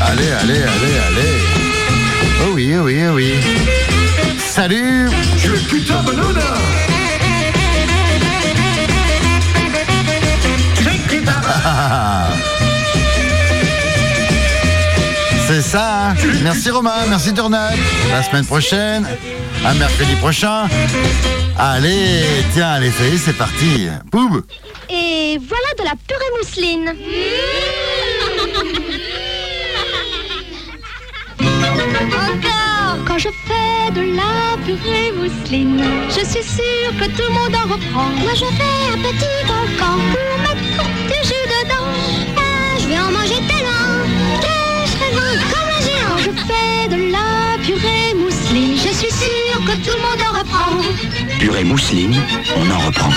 Allez, allez, allez, allez. Oh oui, oh oui, oh oui. Salut Je suis putain Benona Ah. C'est ça. hein. Merci Romain, merci Tournade. La semaine prochaine, à mercredi prochain. Allez, tiens, allez, ça y est, c'est parti. Poub Et voilà de la purée mousseline. Encore Quand je fais de la purée mousseline, je suis sûre que tout le monde en reprend. Moi je fais un petit volcan pour mettre du jus dedans. Ah, je vais en manger tellement que je serai grand comme un géant. Quand je fais de la purée mousseline, je suis sûre que tout le monde en reprend. Purée mousseline, on en reprend.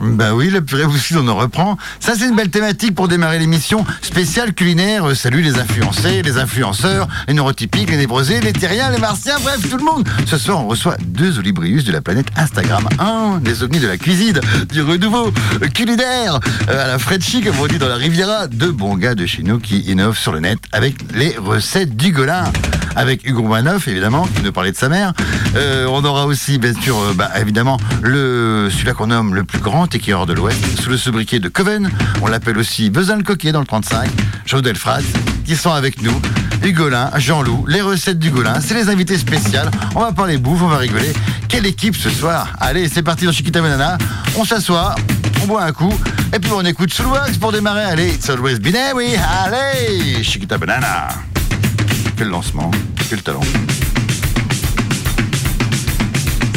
Bah oui, la purée mousseline, on en reprend. Ça, c'est une belle thématique pour démarrer l'émission spéciale culinaire. Euh, Salut les influencés, les influenceurs, les neurotypiques, les nébrosés, les terriens, les martiens, bref, tout le monde. Ce soir, on reçoit deux olibrius de la planète Instagram. Un, des ovnis de la cuisine, du renouveau euh, culinaire, euh, à la Frenchie, comme on dit dans la Riviera. Deux bons gars de chez nous qui innovent sur le net avec les recettes du Golin. Avec Hugo Manoff, évidemment, qui nous parlait de sa mère. Euh, on aura aussi, bien sûr, euh, bah, évidemment, le, celui-là qu'on nomme le plus grand équerreur de l'Ouest, sous le sobriquet de Coven. On l'appelle aussi Besan le Coquet dans le 35, Joe Delfraz, qui sont avec nous. Hugolin, Jean-Loup, les recettes du Golin, c'est les invités spéciales. On va parler bouffe, on va rigoler. Quelle équipe ce soir Allez, c'est parti dans Chiquita Banana. On s'assoit, on boit un coup, et puis on écoute Soul Wax pour démarrer. Allez, it's always been there, oui. Allez, Chiquita Banana. Quel lancement, quel talent.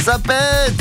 Ça pète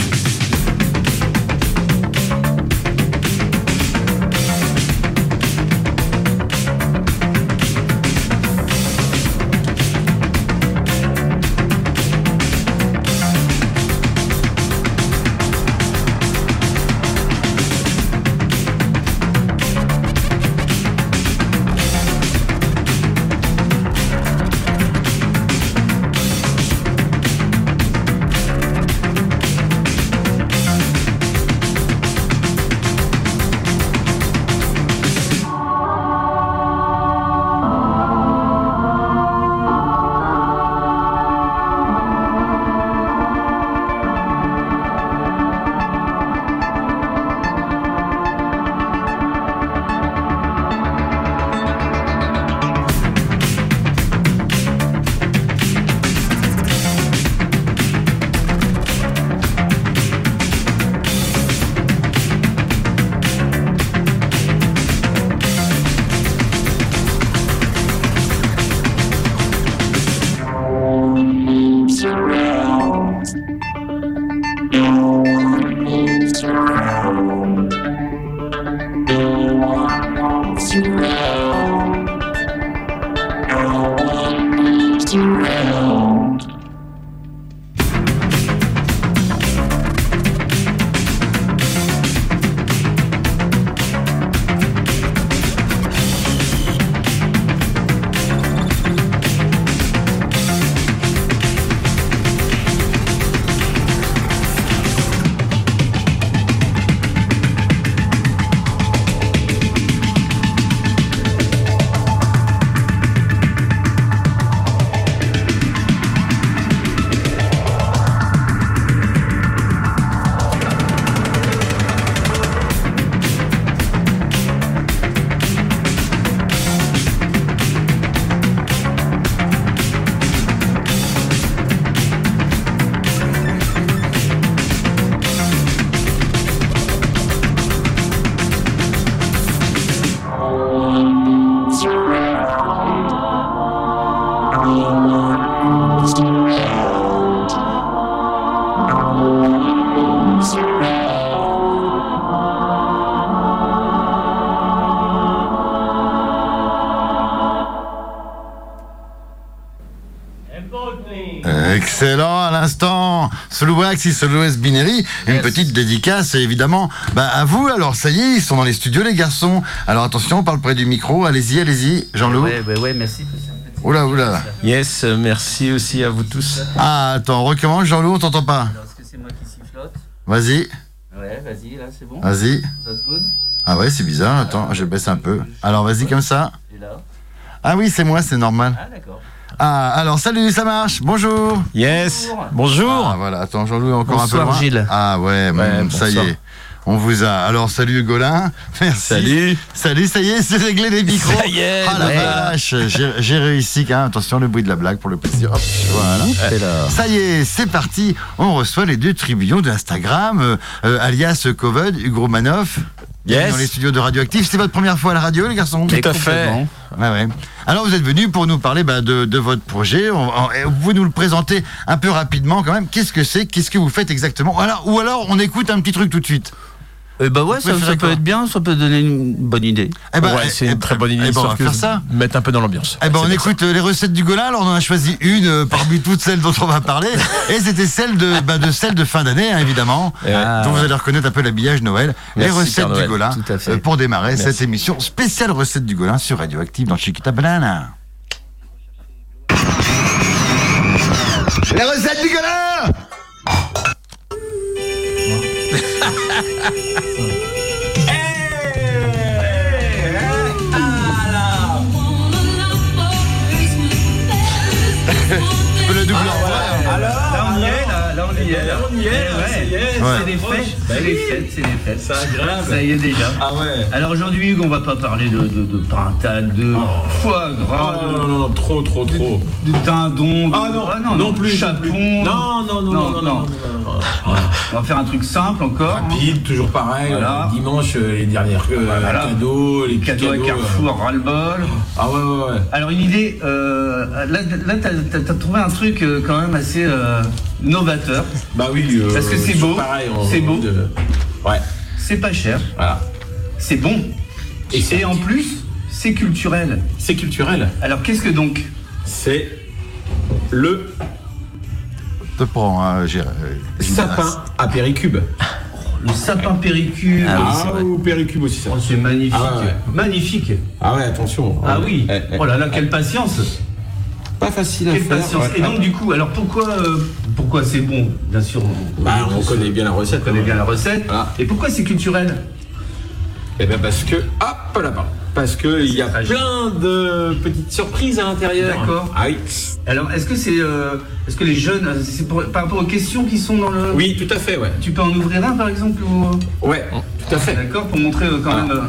Euh, Excellent à l'instant. Solowax, il Solowax Binary. Une petite dédicace, et évidemment, bah, à vous. Alors, ça y est, ils sont dans les studios, les garçons. Alors, attention, on parle près du micro. Allez-y, allez-y, Jean-Loup. Ouais, ouais, ouais, merci. Oula, oula. Yes, euh, merci aussi à vous tous. Ah, attends, recommence, Jean-Loup, on t'entend pas. Est-ce que c'est moi qui sifflote Vas-y, Ouais, vas-y, là, c'est bon vas-y. That's good Ah ouais, c'est bizarre. Attends, je baisse un peu. Alors, vas-y, comme ça. Et là Ah oui, c'est moi, c'est normal. Ah, d'accord. Ah, alors, salut, ça marche. Bonjour. Yes. Ah, Bonjour. voilà, attends, Jean-Louis, encore Bonsoir, un peu loin. Gilles. Ah ouais, Ouais, mm, ça y bonsoir. est. On vous a. Alors, salut, Golin. Merci. Salut. Salut, ça y est, c'est réglé les micros. Ça y est, Ah la ouais. vache, j'ai- j'ai réussi. hein. attention, le bruit de la blague pour le plaisir. Hop, voilà. C'est là. Ça y est, c'est parti. On reçoit les deux tribunaux d'Instagram, euh, euh, alias Covod, Hugo Manoff. Yes. Dans les studios de Radioactif. C'était votre première fois à la radio, les garçons Tout à fait. Ah ouais. Alors, vous êtes venu pour nous parler bah, de, de votre projet. On- on- et vous pouvez nous le présenter un peu rapidement, quand même. Qu'est-ce que c'est Qu'est-ce que vous faites exactement Alors- Ou alors, on écoute un petit truc tout de suite. Eh bah ouais, ça, préférez ça peut quoi être bien, ça peut donner une bonne idée. Eh ben, ouais, c'est eh- une très bonne idée. eh ben, on sauf va que faire ça. Mettre un peu dans l'ambiance. Eh ben, C'est on bien écoute euh, les recettes du Golin. Alors, on en a choisi une euh, parmi toutes celles dont on va parler. Et c'était celle de, bah, de celle de fin d'année, hein, évidemment. Eh ouais. dont vous allez reconnaître un peu l'habillage Noël. Merci, les recettes Père du Noël. Golin. Tout à fait. euh, Pour démarrer Merci. cette émission spéciale recette du Golin sur Radioactive dans Chiquita Banana. Les recettes du Golin Le double en vrai, hein. Là, on y est, là, là, on y est. Là, on y est, Ouais. c'est des fêtes. Bah, C'est des fêtes, c'est des fêtes. Ça grimpe. Ça y est déjà. Ah ouais. Alors aujourd'hui, Hugues, on va pas parler de, de, de pintade, de foie gras, Oh. Ah, non, non, non, trop, trop, trop. de, de dindon, Ah de- non, non, non plus. chapon. Non, non, non, non, non, non. On va faire un truc simple encore. hein. Rapide, toujours pareil. Voilà. euh, Dimanche, euh, les dernières euh, Voilà. cadeaux, les Cadeau à cadeaux. euh, Carrefour, ras-le-bol. Ah ouais, ouais, ouais. Alors une idée, euh, là, là t'as- t'as t'as trouvé un truc euh, quand même assez euh, novateur. Bah oui. euh, Parce que c'est toujours beau, pareil, on- c'est beau. de- Ouais, C'est pas cher, voilà. c'est bon. Et Et, c'est- en plus, c'est culturel. C'est culturel. Alors qu'est-ce que donc C'est le Je te prends, hein, j'ai- euh, j'ai- sapin Ah, à péricube. Le sapin péricule. Ah oui, Ah, c'est vrai. ou péricube aussi, ça. Oh, c'est magnifique. Ah ouais. Magnifique. Ah ouais, attention. Ah oui. Eh, eh, Oh là là, quelle patience. Pas facile à Quelle faire. patience. ouais. Et donc du coup, alors pourquoi, euh, pourquoi c'est bon Bien sûr, on, Bah, on connaît bien la recette. hein. on connaît bien la recette. Voilà. Et pourquoi c'est culturel Eh ben parce que hop là-bas. Parce que il y a tragique. plein de petites surprises à l'intérieur. D'accord. Ah oui. Alors est-ce que c'est, euh, est-ce que les jeunes, euh, c'est pour- par rapport aux questions qui sont dans le. Oui, tout à fait, ouais. Tu peux en ouvrir un par exemple ou... Ah, Ouais, tout à fait. D'accord, pour montrer euh, quand Ah. même. euh,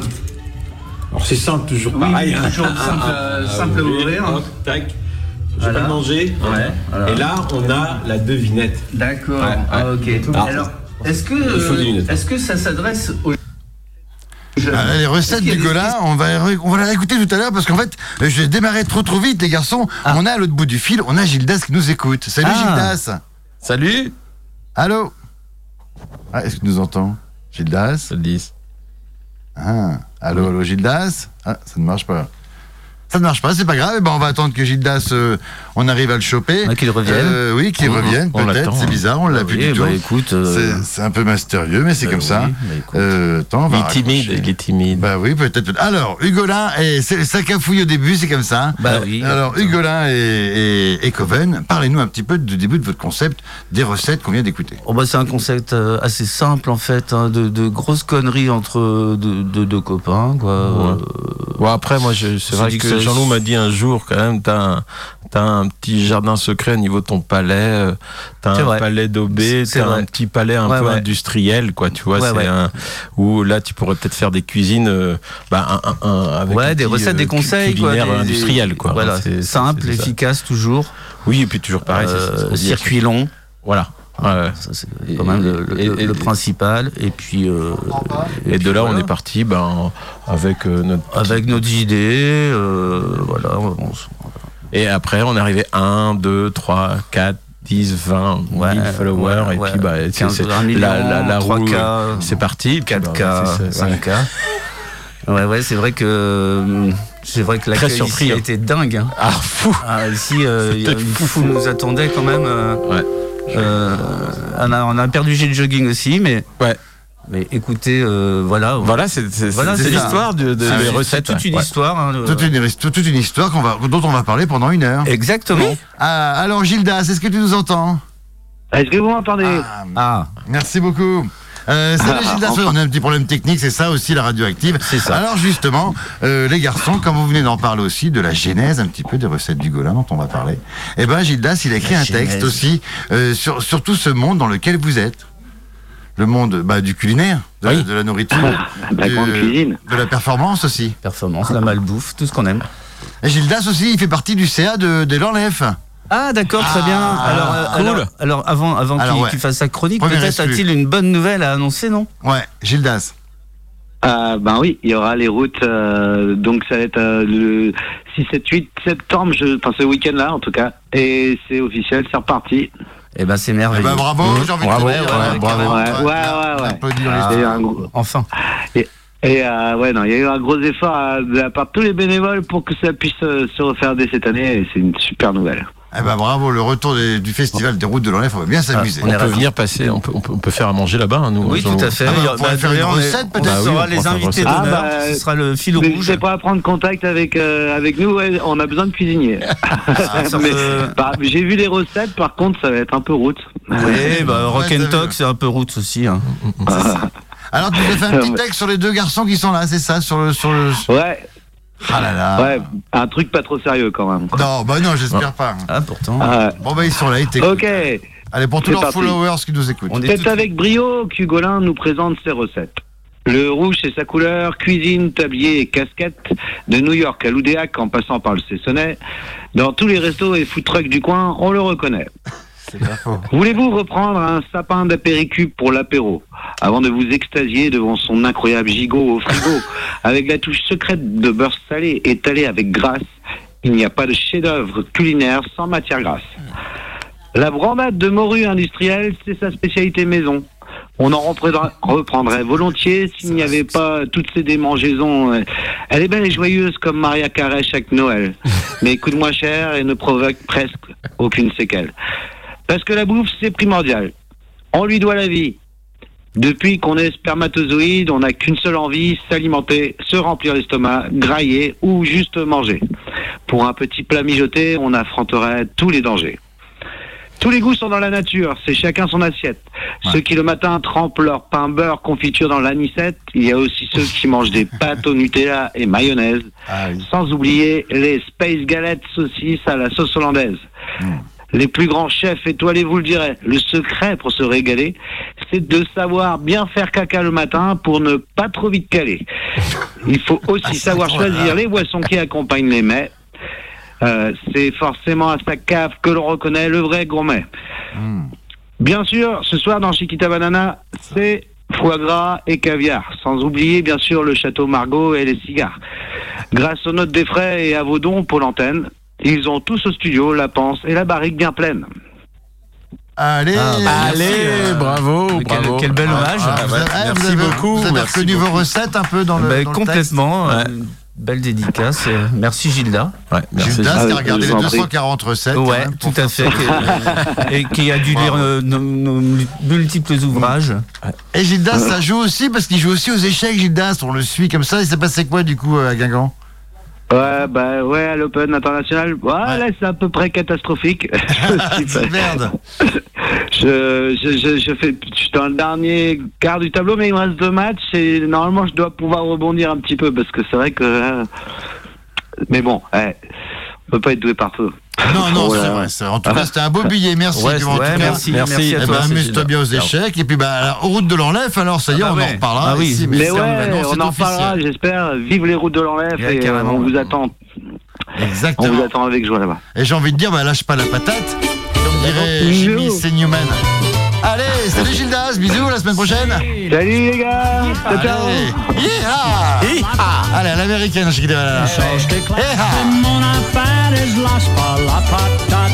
Alors c'est simple, toujours Oui, pareil. oui, toujours simple à- simple à ouvrir. Ah, Hop, tac. J'ai Voilà. pas de manger. Ouais, voilà. Et là, on a Ah, la devinette. D'accord, Ouais, ouais. Ah, ok. Ah. Alors, est-ce que, Il faut des lunettes. est que ça s'adresse aux jeunes Ah, les recettes Est-ce qu'il y a du des- Golin, on va, les ré- on va la réécouter tout à l'heure parce qu'en fait, euh, je vais démarrer trop trop vite, les garçons. Ah. On a à l'autre bout du fil, on a Gildas qui nous écoute. Salut Ah. Gildas Salut. Allô ah, Est-ce qu'il nous entend Gildas Ça le dit. Ah, Allô, allô, Gildas Ah, ça ne marche pas. Ça ne marche pas, c'est pas grave. Eh ben, on va attendre que Gildas, euh, on arrive à le choper. Ah, qu'il revienne. Euh, oui, qu'il On- revienne, on peut-être. l'attend, C'est hein. bizarre, on l'a plus Oui, du tout. bah, écoute, euh, C'est- C'est un peu mystérieux, mais c'est bah comme ça. oui, bah écoute. Euh, attends, on Il va est timide. raccrocher. Il est timide. Bah oui, peut-être. Alors, Hugolin, et c'est- ça cafouille au début, c'est comme ça. hein. Bah oui. Alors, Hugolin et, et, et Coven, parlez-nous un petit peu du début de votre concept, des recettes qu'on vient d'écouter. Oh bah, c'est un concept euh, assez simple en fait, hein, de, de grosses conneries entre euh, deux deux- deux copains. Quoi. euh, Ouais. Bon, après, moi, je- c'est Ça vrai dit que que ça- Jean-Loup m'a dit un jour, quand même, t'as un, t'as un petit jardin secret au niveau de ton palais, euh, t'as C'est un vrai. palais C'est- d'obé, c'est t'as un vrai. petit palais un Ouais, peu ouais. industriel, quoi, tu vois, Ouais, c'est ouais. un, où là, tu pourrais peut-être faire des cuisines, euh, bah, un, un- un- avec Ouais, un des petit, recettes, euh, des cu- conseils, quoi, culinaire des- des- industriel, quoi. Voilà, C'est- c'est- simple, c'est ça. efficace toujours. Oui, et puis toujours pareil, c'est- Euh, c'est- c'est- circuit long, Voilà. Ouais. ça c'est Et- quand même le, le- et- le et- principal. Et puis, euh, Et, de puis là, on voilà. est parti, ben, avec euh, notre avec nos idées, euh, voilà, on- on s- Et après, on arrivait 1, 2, 3, 4, 10, 20, Ouais, 1000 followers. ouais, et ouais. puis, bah, c'est- 15, c'est 20 millions, la, la, la 3K, roue, euh, c'est parti. Puis, bah, 4K, c'est- c'est- ouais. 5K. Ouais, ouais, c'est vrai que c'est vrai que Très l'accueil surpris, ici a hein. été dingue. hein. Ah, fou Ah, ici, euh, il y a C'était une fou. foule nous attendait quand même. euh, Ouais. euh, on, a, on a perdu Gilles Jogging aussi, mais, Ouais. mais écoutez, euh, voilà. Voilà, c'est c'est- Voilà, c'est c'est ça. l'histoire de, de, Ah, des c'est- recettes. toute une ouais. histoire. hein, le- Toute, une, toute une histoire qu'on va, dont on va parler pendant une heure. Exactement. Ah, alors, Gildas, est-ce que tu nous entends Est-ce que vous m'entendez Ah, Ah, Merci beaucoup. Euh, salut Gilles Dassault. on a un petit problème technique, c'est ça aussi la radioactive. C'est ça. Alors justement, euh, les garçons, comme vous venez d'en parler aussi, de la genèse un petit peu des recettes du Golin dont on va parler, eh ben Gildas, il a écrit La un texte genèse. aussi euh, sur, sur tout ce monde dans lequel vous êtes. Le monde bah, du culinaire, de, Oui. de la nourriture, La du- grande cuisine. de la performance aussi. Performance, la malbouffe, tout ce qu'on aime. Et Gildas aussi, il fait partie du CA de, de l'ORLEF. Ah d'accord, très bien. alors, euh, cool. alors, alors, avant, avant Alors, qu'il ouais. qu'il fasse sa chronique, Premier peut-être exclu. a-t-il une bonne nouvelle à annoncer, non Ouais, Gildas. Euh, ben oui, il y aura les routes. euh, donc ça va être euh, le 6, 7, 8 septembre, je, enfin ce week-end-là en tout cas. Et c'est officiel, c'est reparti. Eh ben c'est Eh merveilleux. ben bravo, j'ai envie Bravo, de te dire. euh, ouais, bravo. Ouais, ouais, on ouais, ouais. applaudit dans les Ah, studios. un gros- Enfin, Et euh, ouais, non, il y a eu un gros effort euh, de la part de tous les bénévoles pour que ça puisse euh, se refaire dès cette année. Et c'est une super nouvelle. Eh ben bravo, le retour des- du festival des routes de l'ORLEF, on va bien s'amuser. On Ah, est peut ravis. venir passer, on peut, on peut- on peut faire à manger là-bas, hein, nous. oui, Jean-Loup. tout à fait. Ah bah, Il y a- on pourrait bah, faire une d'ailleurs, on est- recette, on peut-être Ah oui, sera on les pourra faire une invités recette. d'honneur, Ah bah, ce sera le fil rouge. N'hésitez pas à prendre contact avec, euh, avec nous, ouais, on a besoin de cuisiniers. Ah, ça Mais, peut- bah, J'ai vu les recettes, par contre, ça va être un peu route. Oui, bah, Rock Ouais, t'as and vu. Ah. Talk, c'est un peu route aussi. hein. Alors tu nous as fait un petit texte sur les deux garçons qui sont là, c'est ça sur le, sur le... Ouais, Ah là là ouais, un truc pas trop sérieux quand même. Non, bah non, j'espère pas. Ah, pourtant. Ah, Bon bah ils sont là, ils t'écoutent. ok, Allez, pour tous C'est leurs parti. followers qui nous écoutent. On est c'est tout- avec brio qu'Ugolin nous présente ses recettes. Le rouge et sa couleur, cuisine, tablier et casquette, de New York à l'Oudéac en passant par le Cessonnet, dans tous les restos et food trucks du coin, on le reconnaît. C'est pas faux. Voulez-vous reprendre un sapin d'apéricube pour l'apéro avant de vous extasier devant son incroyable gigot au frigo avec la touche secrète de beurre salé étalé avec grâce Il n'y a pas de chef-d'œuvre culinaire sans matière grasse. La brandade de morue industrielle, c'est sa spécialité maison. On en reprendra- reprendrait volontiers s'il n'y avait pas toutes ces démangeaisons. euh, Elle est belle et joyeuse comme Maria Carré chaque Noël, mais coûte moins cher et ne provoque presque aucune séquelle. Parce que la bouffe, c'est primordial. On lui doit la vie. Depuis qu'on est spermatozoïde, on n'a qu'une seule envie, s'alimenter, se remplir l'estomac, grailler ou juste manger. Pour un petit plat mijoté, on affronterait tous les dangers. Tous les goûts sont dans la nature, c'est chacun son assiette. Ceux qui le matin trempent leur pain beurre confiture dans l'anisette, il y a aussi ceux qui mangent des pâtes au Nutella et mayonnaise, Ah oui. sans oublier les space galettes saucisses à la sauce hollandaise. Hmm. Les plus grands chefs étoilés vous le diraient. Le secret pour se régaler, c'est de savoir bien faire caca le matin pour ne pas trop vite caler. Il faut Ah, aussi savoir choisir les boissons qui accompagnent les mets. Euh, c'est forcément à sa cave que l'on reconnaît le vrai gourmet. Bien sûr, ce soir dans Chiquita Banana, c'est foie gras et caviar, sans oublier bien sûr le château Margot et les cigares. Grâce aux notes des frais et à vos dons pour l'antenne, ils ont tous au studio la panse et la barrique bien pleine. Allez, Ah, bah, Allez, Merci, euh, bravo, mais quel- bravo. quel bel Ah, hommage. ah, vous avez- ah, vous merci avez- beaucoup. Vous avez merci reconnu vos beaucoup. recettes un peu dans le. Bah, dans le complètement. texte. euh, Belle dédicace. euh, Merci Gilda. Ouais, texte. merci. Gildas qui a Ah, regardé je les vous en prie. 240 recettes. Ouais, hein, tout pour- à fait. qui- Et qui a dû lire euh, nos, nos multiples ouvrages. Ah, Et Gildas, ça joue aussi parce qu'il joue aussi aux échecs. Gildas, on le suit comme ça. Il s'est passé quoi du coup euh, à Guingamp Ouais, bah ouais, à l'Open International, voilà, c'est à peu près catastrophique. Je suis pas- Merde. je, je, je, je fais, je suis dans le dernier quart du tableau, mais il me reste deux matchs et normalement je dois pouvoir rebondir un petit peu parce que c'est vrai que. euh, mais bon, ouais, on peut pas être doué partout. Ah, Non, non, Voilà. c'est vrai, c'est vrai. En tout cas, c'était un beau billet. Merci. Ouais, du- en c'est- tout bah. ouais, cas, merci, merci. merci à Eh Et toi. ben, c'est amuse-toi Gildas. bien aux échecs. Et puis, bah, à la route de l'enlève, alors, ça y est, Ah bah on en ouais. reparlera. Ah oui. ici, mais Mais ça, ouais, maintenant, on c'est en reparlera, officiel. j'espère. Vive les routes de l'enlève Ouais, et euh, carrément. on vous attend. On Exactement. vous attend avec joie là-bas. Et j'ai envie de dire, bah, lâche pas la patate. Comme dirait Jimmy Bisous. C. Newman. Allez, salut Gildas. Bisous, à la semaine prochaine. Salut les gars Ciao, ciao Allez. Yeehaw. Allez, à l'américaine, je suis là. Yeehaw. mon affaire et je lâche pas la patate.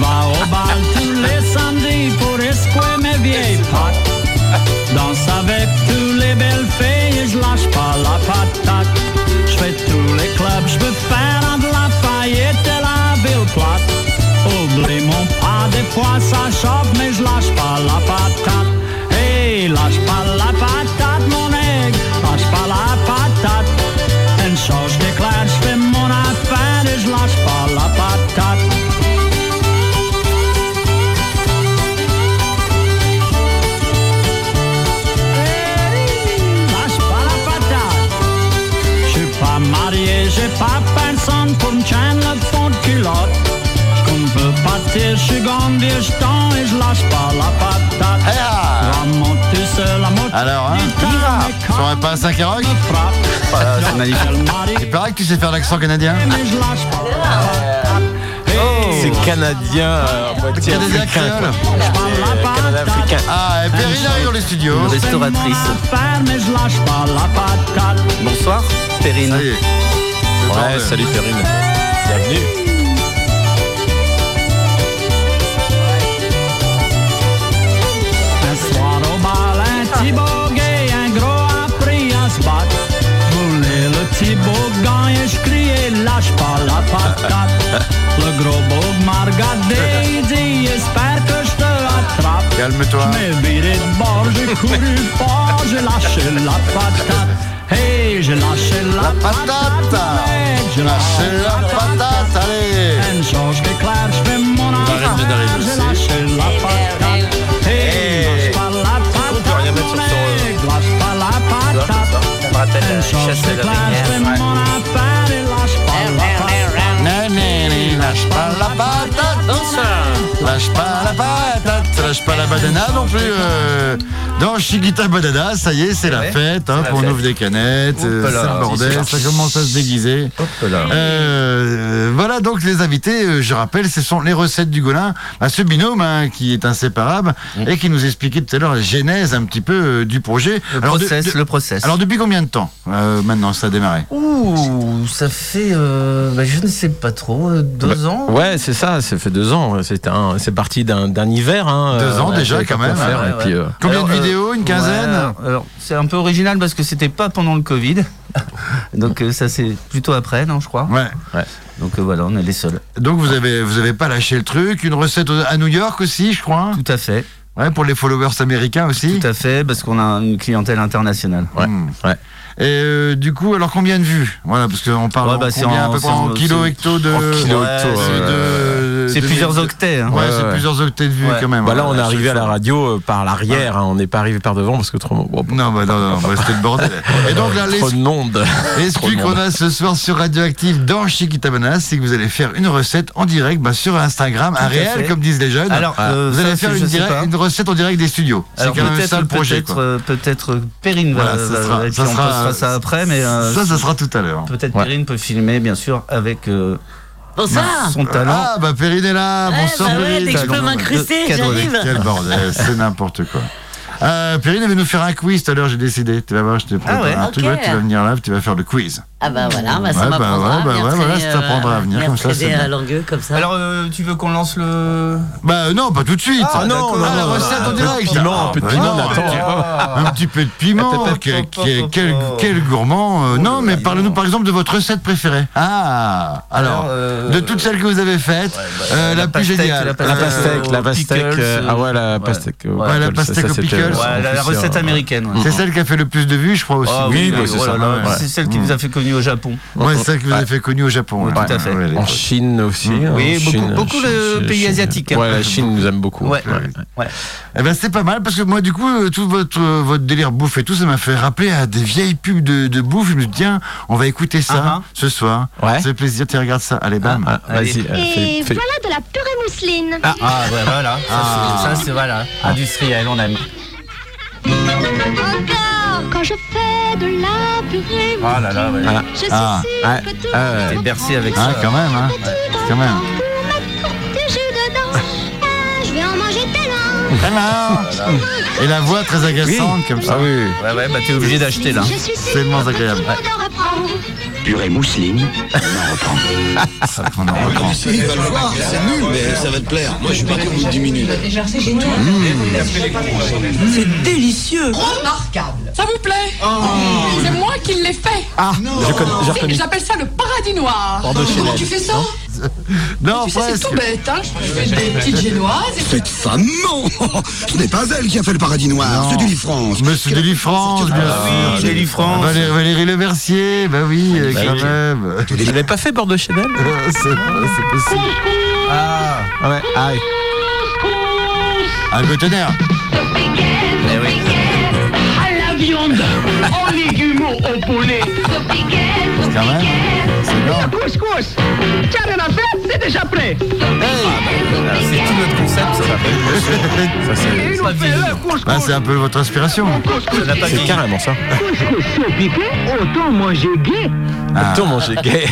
Va au bal tous les samedis pour escouer mes vieilles pattes. Danse avec tous les belles filles et je lâche pas la patate. Je fais tous les clubs, je veux faire de la faillite et la ville plate. Oublie mon pas, des fois ça chope, mais je lâche pas la patate. Hey, lâche pas la patate, mon aigle, lâche pas la patate. Une chose déclare, je fais mon affaire et je lâche pas la e pappan son pour en tjäna två culotte. Je compte le pâté, je suis grandi, je tends et je lâche pas la patate. Eh ah La monte tout seul, la moto Alors, hein, du temps, Ira, mais tu quand aurais pas un 5 rock me frappe, Voilà, c'est je magnifique. le mari, Il paraît que tu sais faire l'accent canadien. mais je lâche pas la C'est canadien, euh, à moitié Canadien africain. créole. quoi. patate. Euh, Canada africain. Ah, et Perrine arrive dans le studio. Une restauratrice. Mon affaire, mais je lâche pas la patate. Bonsoir, Perrine. Ça y est. C'est Ouais, bordel. salut Perrine. Bienvenue. Un soir au bal, un petit bogey, un gros a pris un spot. Je voulais le petit bogan et je criais lâche pas la patate. Le gros bog m'a regardé et dit espère que je te attrape. Calme-toi. Mais viré de bord, j'ai couru fort, j'ai lâché la patate. Hey, j'ai lâché la, La patate. mec, j'ai lâché Lâchez la patate, allez. Une chose qui est claire, je fais mon Darren vient d'arriver j'ai aussi. lâché la Eh, ben, patate. Hey, Hey. lâche pas la on peut patate, rien mettre mon sur son, mec, lâche pas la patate. Ça me rappelle Une la euh, chose chasse qui à est claire, je fais l'orignal. mon affaire et lâche pas la patate. Né, né, né, lâche pas la patate. Lâche pas la patate. Lâche pas la banana non plus. euh, Dans Chiquita Banana, ça y est, c'est la Ouais, fête. hein, la On fête. ouvre des canettes. euh, Hop C'est là, le bordel. Ça c'est ça. commence à se déguiser. Hop là. Euh, voilà donc les invités, euh, je rappelle, ce sont les recettes du Golin, à ce binôme hein, qui est inséparable Mm. et qui nous expliquait tout à l'heure la genèse un petit peu euh, du projet. Le Alors, de- process, de- le process. alors depuis combien de temps euh, maintenant ça a démarré Ouh, ça fait, euh, bah, je ne sais pas trop, euh, deux ans Bah, Ouais, c'est ça, ça fait deux ans. C'est un- c'est parti d'un d'un hiver. hein, Deux euh, ans on a déjà, fait quand quoi même, faire, hein. et puis, euh, Combien Alors, de euh, vidéos Une quinzaine ouais, alors, c'est un peu original parce que c'était pas pendant le Covid. Donc euh, ça c'est plutôt après, non, je crois. Ouais. Donc euh, voilà, on est les seuls. Donc vous avez vous avez pas lâché le truc, une recette au- à New York aussi, je crois. hein Tout à fait, Ouais, pour les followers américains aussi. tout à fait, parce qu'on a une clientèle internationale. Ouais, Hmm. ouais. Et euh, du coup, alors combien de vues Voilà, parce qu'on parle Ouais, en bah, c'est combien, en- à peu près c'est en en- kilo, c'est- hecto de. en kilo, Ouais, hecto, c'est ouais, de- C'est euh, de- plusieurs de- octets. hein. Ouais, Ouais, c'est ouais. plusieurs octets de vues Ouais. quand même. hein. Bah là, Ouais, on est chaque arrivé à la fois. radio euh, par l'arrière, hein, on n'est pas arrivé par devant parce que trop. bon, bon, Non, bah non, non, bah, c'était le bordel. Et donc là, les, trop de monde. les trop de trucs qu'on monde. a ce soir sur Radioactive dans Chiquitabana, c'est que vous allez faire une recette en direct bah, sur Instagram, un à réel fait. comme disent les jeunes. Alors, euh, vous allez ça, faire c'est- une, je sais direct- pas. une recette en direct des studios. C'est Alors quand même ça peut-être le projet. peut-être Quoi. euh, peut-être Perrine va, Voilà, ça va- sera- et puis ça on sera- postera ça après, mais euh, ça, ça sera tout à l'heure. peut-être Ouais. Perrine peut filmer bien sûr avec euh, son talent. Ah, bah Perrine est là. Bonsoir bah ouais, Perrine. dès que je peux Talent. m'incruster, Cadre j'arrive. Quel bordel, c'est n'importe quoi. Euh, Perrine elle va nous faire un quiz tout à l'heure, j'ai décidé. Tu vas voir, je t'ai préparé Ah ouais, un truc. ok. Ouais, tu vas venir là, tu vas faire le quiz. Ah bah voilà, bah, Ouais, ça bah m'apprendra ouais, à bah bien ouais, voilà, traîner, ça t'apprendra à venir, bien comme ça, traîner c'est bien. à l'angueux, comme ça. Alors euh, tu veux qu'on lance le Bah non, pas tout de suite. Ah, non, Ah, la non, non, recette en non, direct. piment, un Ah, peu de bah piment, non, on attend. Un petit peu de piment, Attends, quel, attends, quel- attends, quel- attends. quel gourmand. euh, Oh non, là mais là, parlez-nous non. par exemple de votre recette préférée. Ah, alors, Alors, euh, de toutes celles que vous avez faites, euh, la, plus pastèque, géniale. la La pastèque, pastèque, la aux pastèque. pickles, euh, Ah ouais, la ouais. pastèque. Ouais, la pastèque aux pickles. euh, Ouais, la, la recette américaine. euh, ouais. C'est celle qui a fait le plus de vues, je crois aussi. Ah oui, bah, oui, c'est oh là ça, là, ouais. c'est celle qui nous a fait connus au Japon. Ouais, c'est celle que vous avez fait connue au Japon. Oui, ouais. tout à fait. Ouais, elle est- En Chine aussi. Oui, hein, beaucoup- Chine, beaucoup Chine, le Chine, pays Chine. asiatique, hein. Ouais, la Chine nous aime beaucoup. Ouais. Eh ben c'est pas mal parce que moi du coup euh, tout votre euh, votre délire bouffe et tout ça m'a fait rappeler à des vieilles pubs de, de bouffe. Je me dis tiens on va écouter ça Ah, ah. ce soir. Ouais. C'est plaisir. Tiens regarde ça. Allez bam. Ah, Vas-y, euh, Et fais- fais- voilà de la purée mousseline. Ah, ouais, voilà. Ça, Ah. c'est- Ça, c'est voilà. Industriel, on aime. Encore quand je fais de la purée mousseline. Ah là là, ouais. Ah, Je suis ah, sûre ah, que tout ah, le monde ouais. T'es bercé avec reprend Hein, ça. quand même. Hein. un petit Quand même. enfant pour mettre du jus dedans. Ah, je vais en manger tellement. Alors et la voix très agaçante comme ça. Ah oui. Ouais, ouais, bah t'es obligé d'acheter là. Je suis sûre C'est moins que tout le agréable. monde en reprend. Purée mousseline, on en reprend. On en reprend. Ça vous plaît C'est moi qui l'ai fait. Ah, je connais, j'ai reconnu. J'appelle ça le paradis noir. de chez Comment elle. tu fais ça Non Tu sais, c'est presque. tout bête. Hein je fais des petites génoises. Et... Cette femme, non Ce n'est pas elle qui a fait le paradis noir, c'est du France. Monsieur Délifrance bien Ah, sûr. oui, Lily France. Valérie, Valérie Le Mercier. Bah oui euh, Bah quand oui. même. Vous n'avez pas fait bord de Chanel Euh, c'est c'est possible. Ah, Ouais, ah, ouais. Un le tonnerre. eh oui. I love viande, en légumes, au poulet. Quand même, c'est énorme. Couscous, tiens, la fête, c'est déjà prêt. Ah, ben, C'est tout notre concept, ça s'appelle. Ça, c'est- On fait le couscous. Bah, c'est un peu votre inspiration. Couscous, C'est carrément ça. couscous piqué, autant manger gai. Ah. Tout manger gay.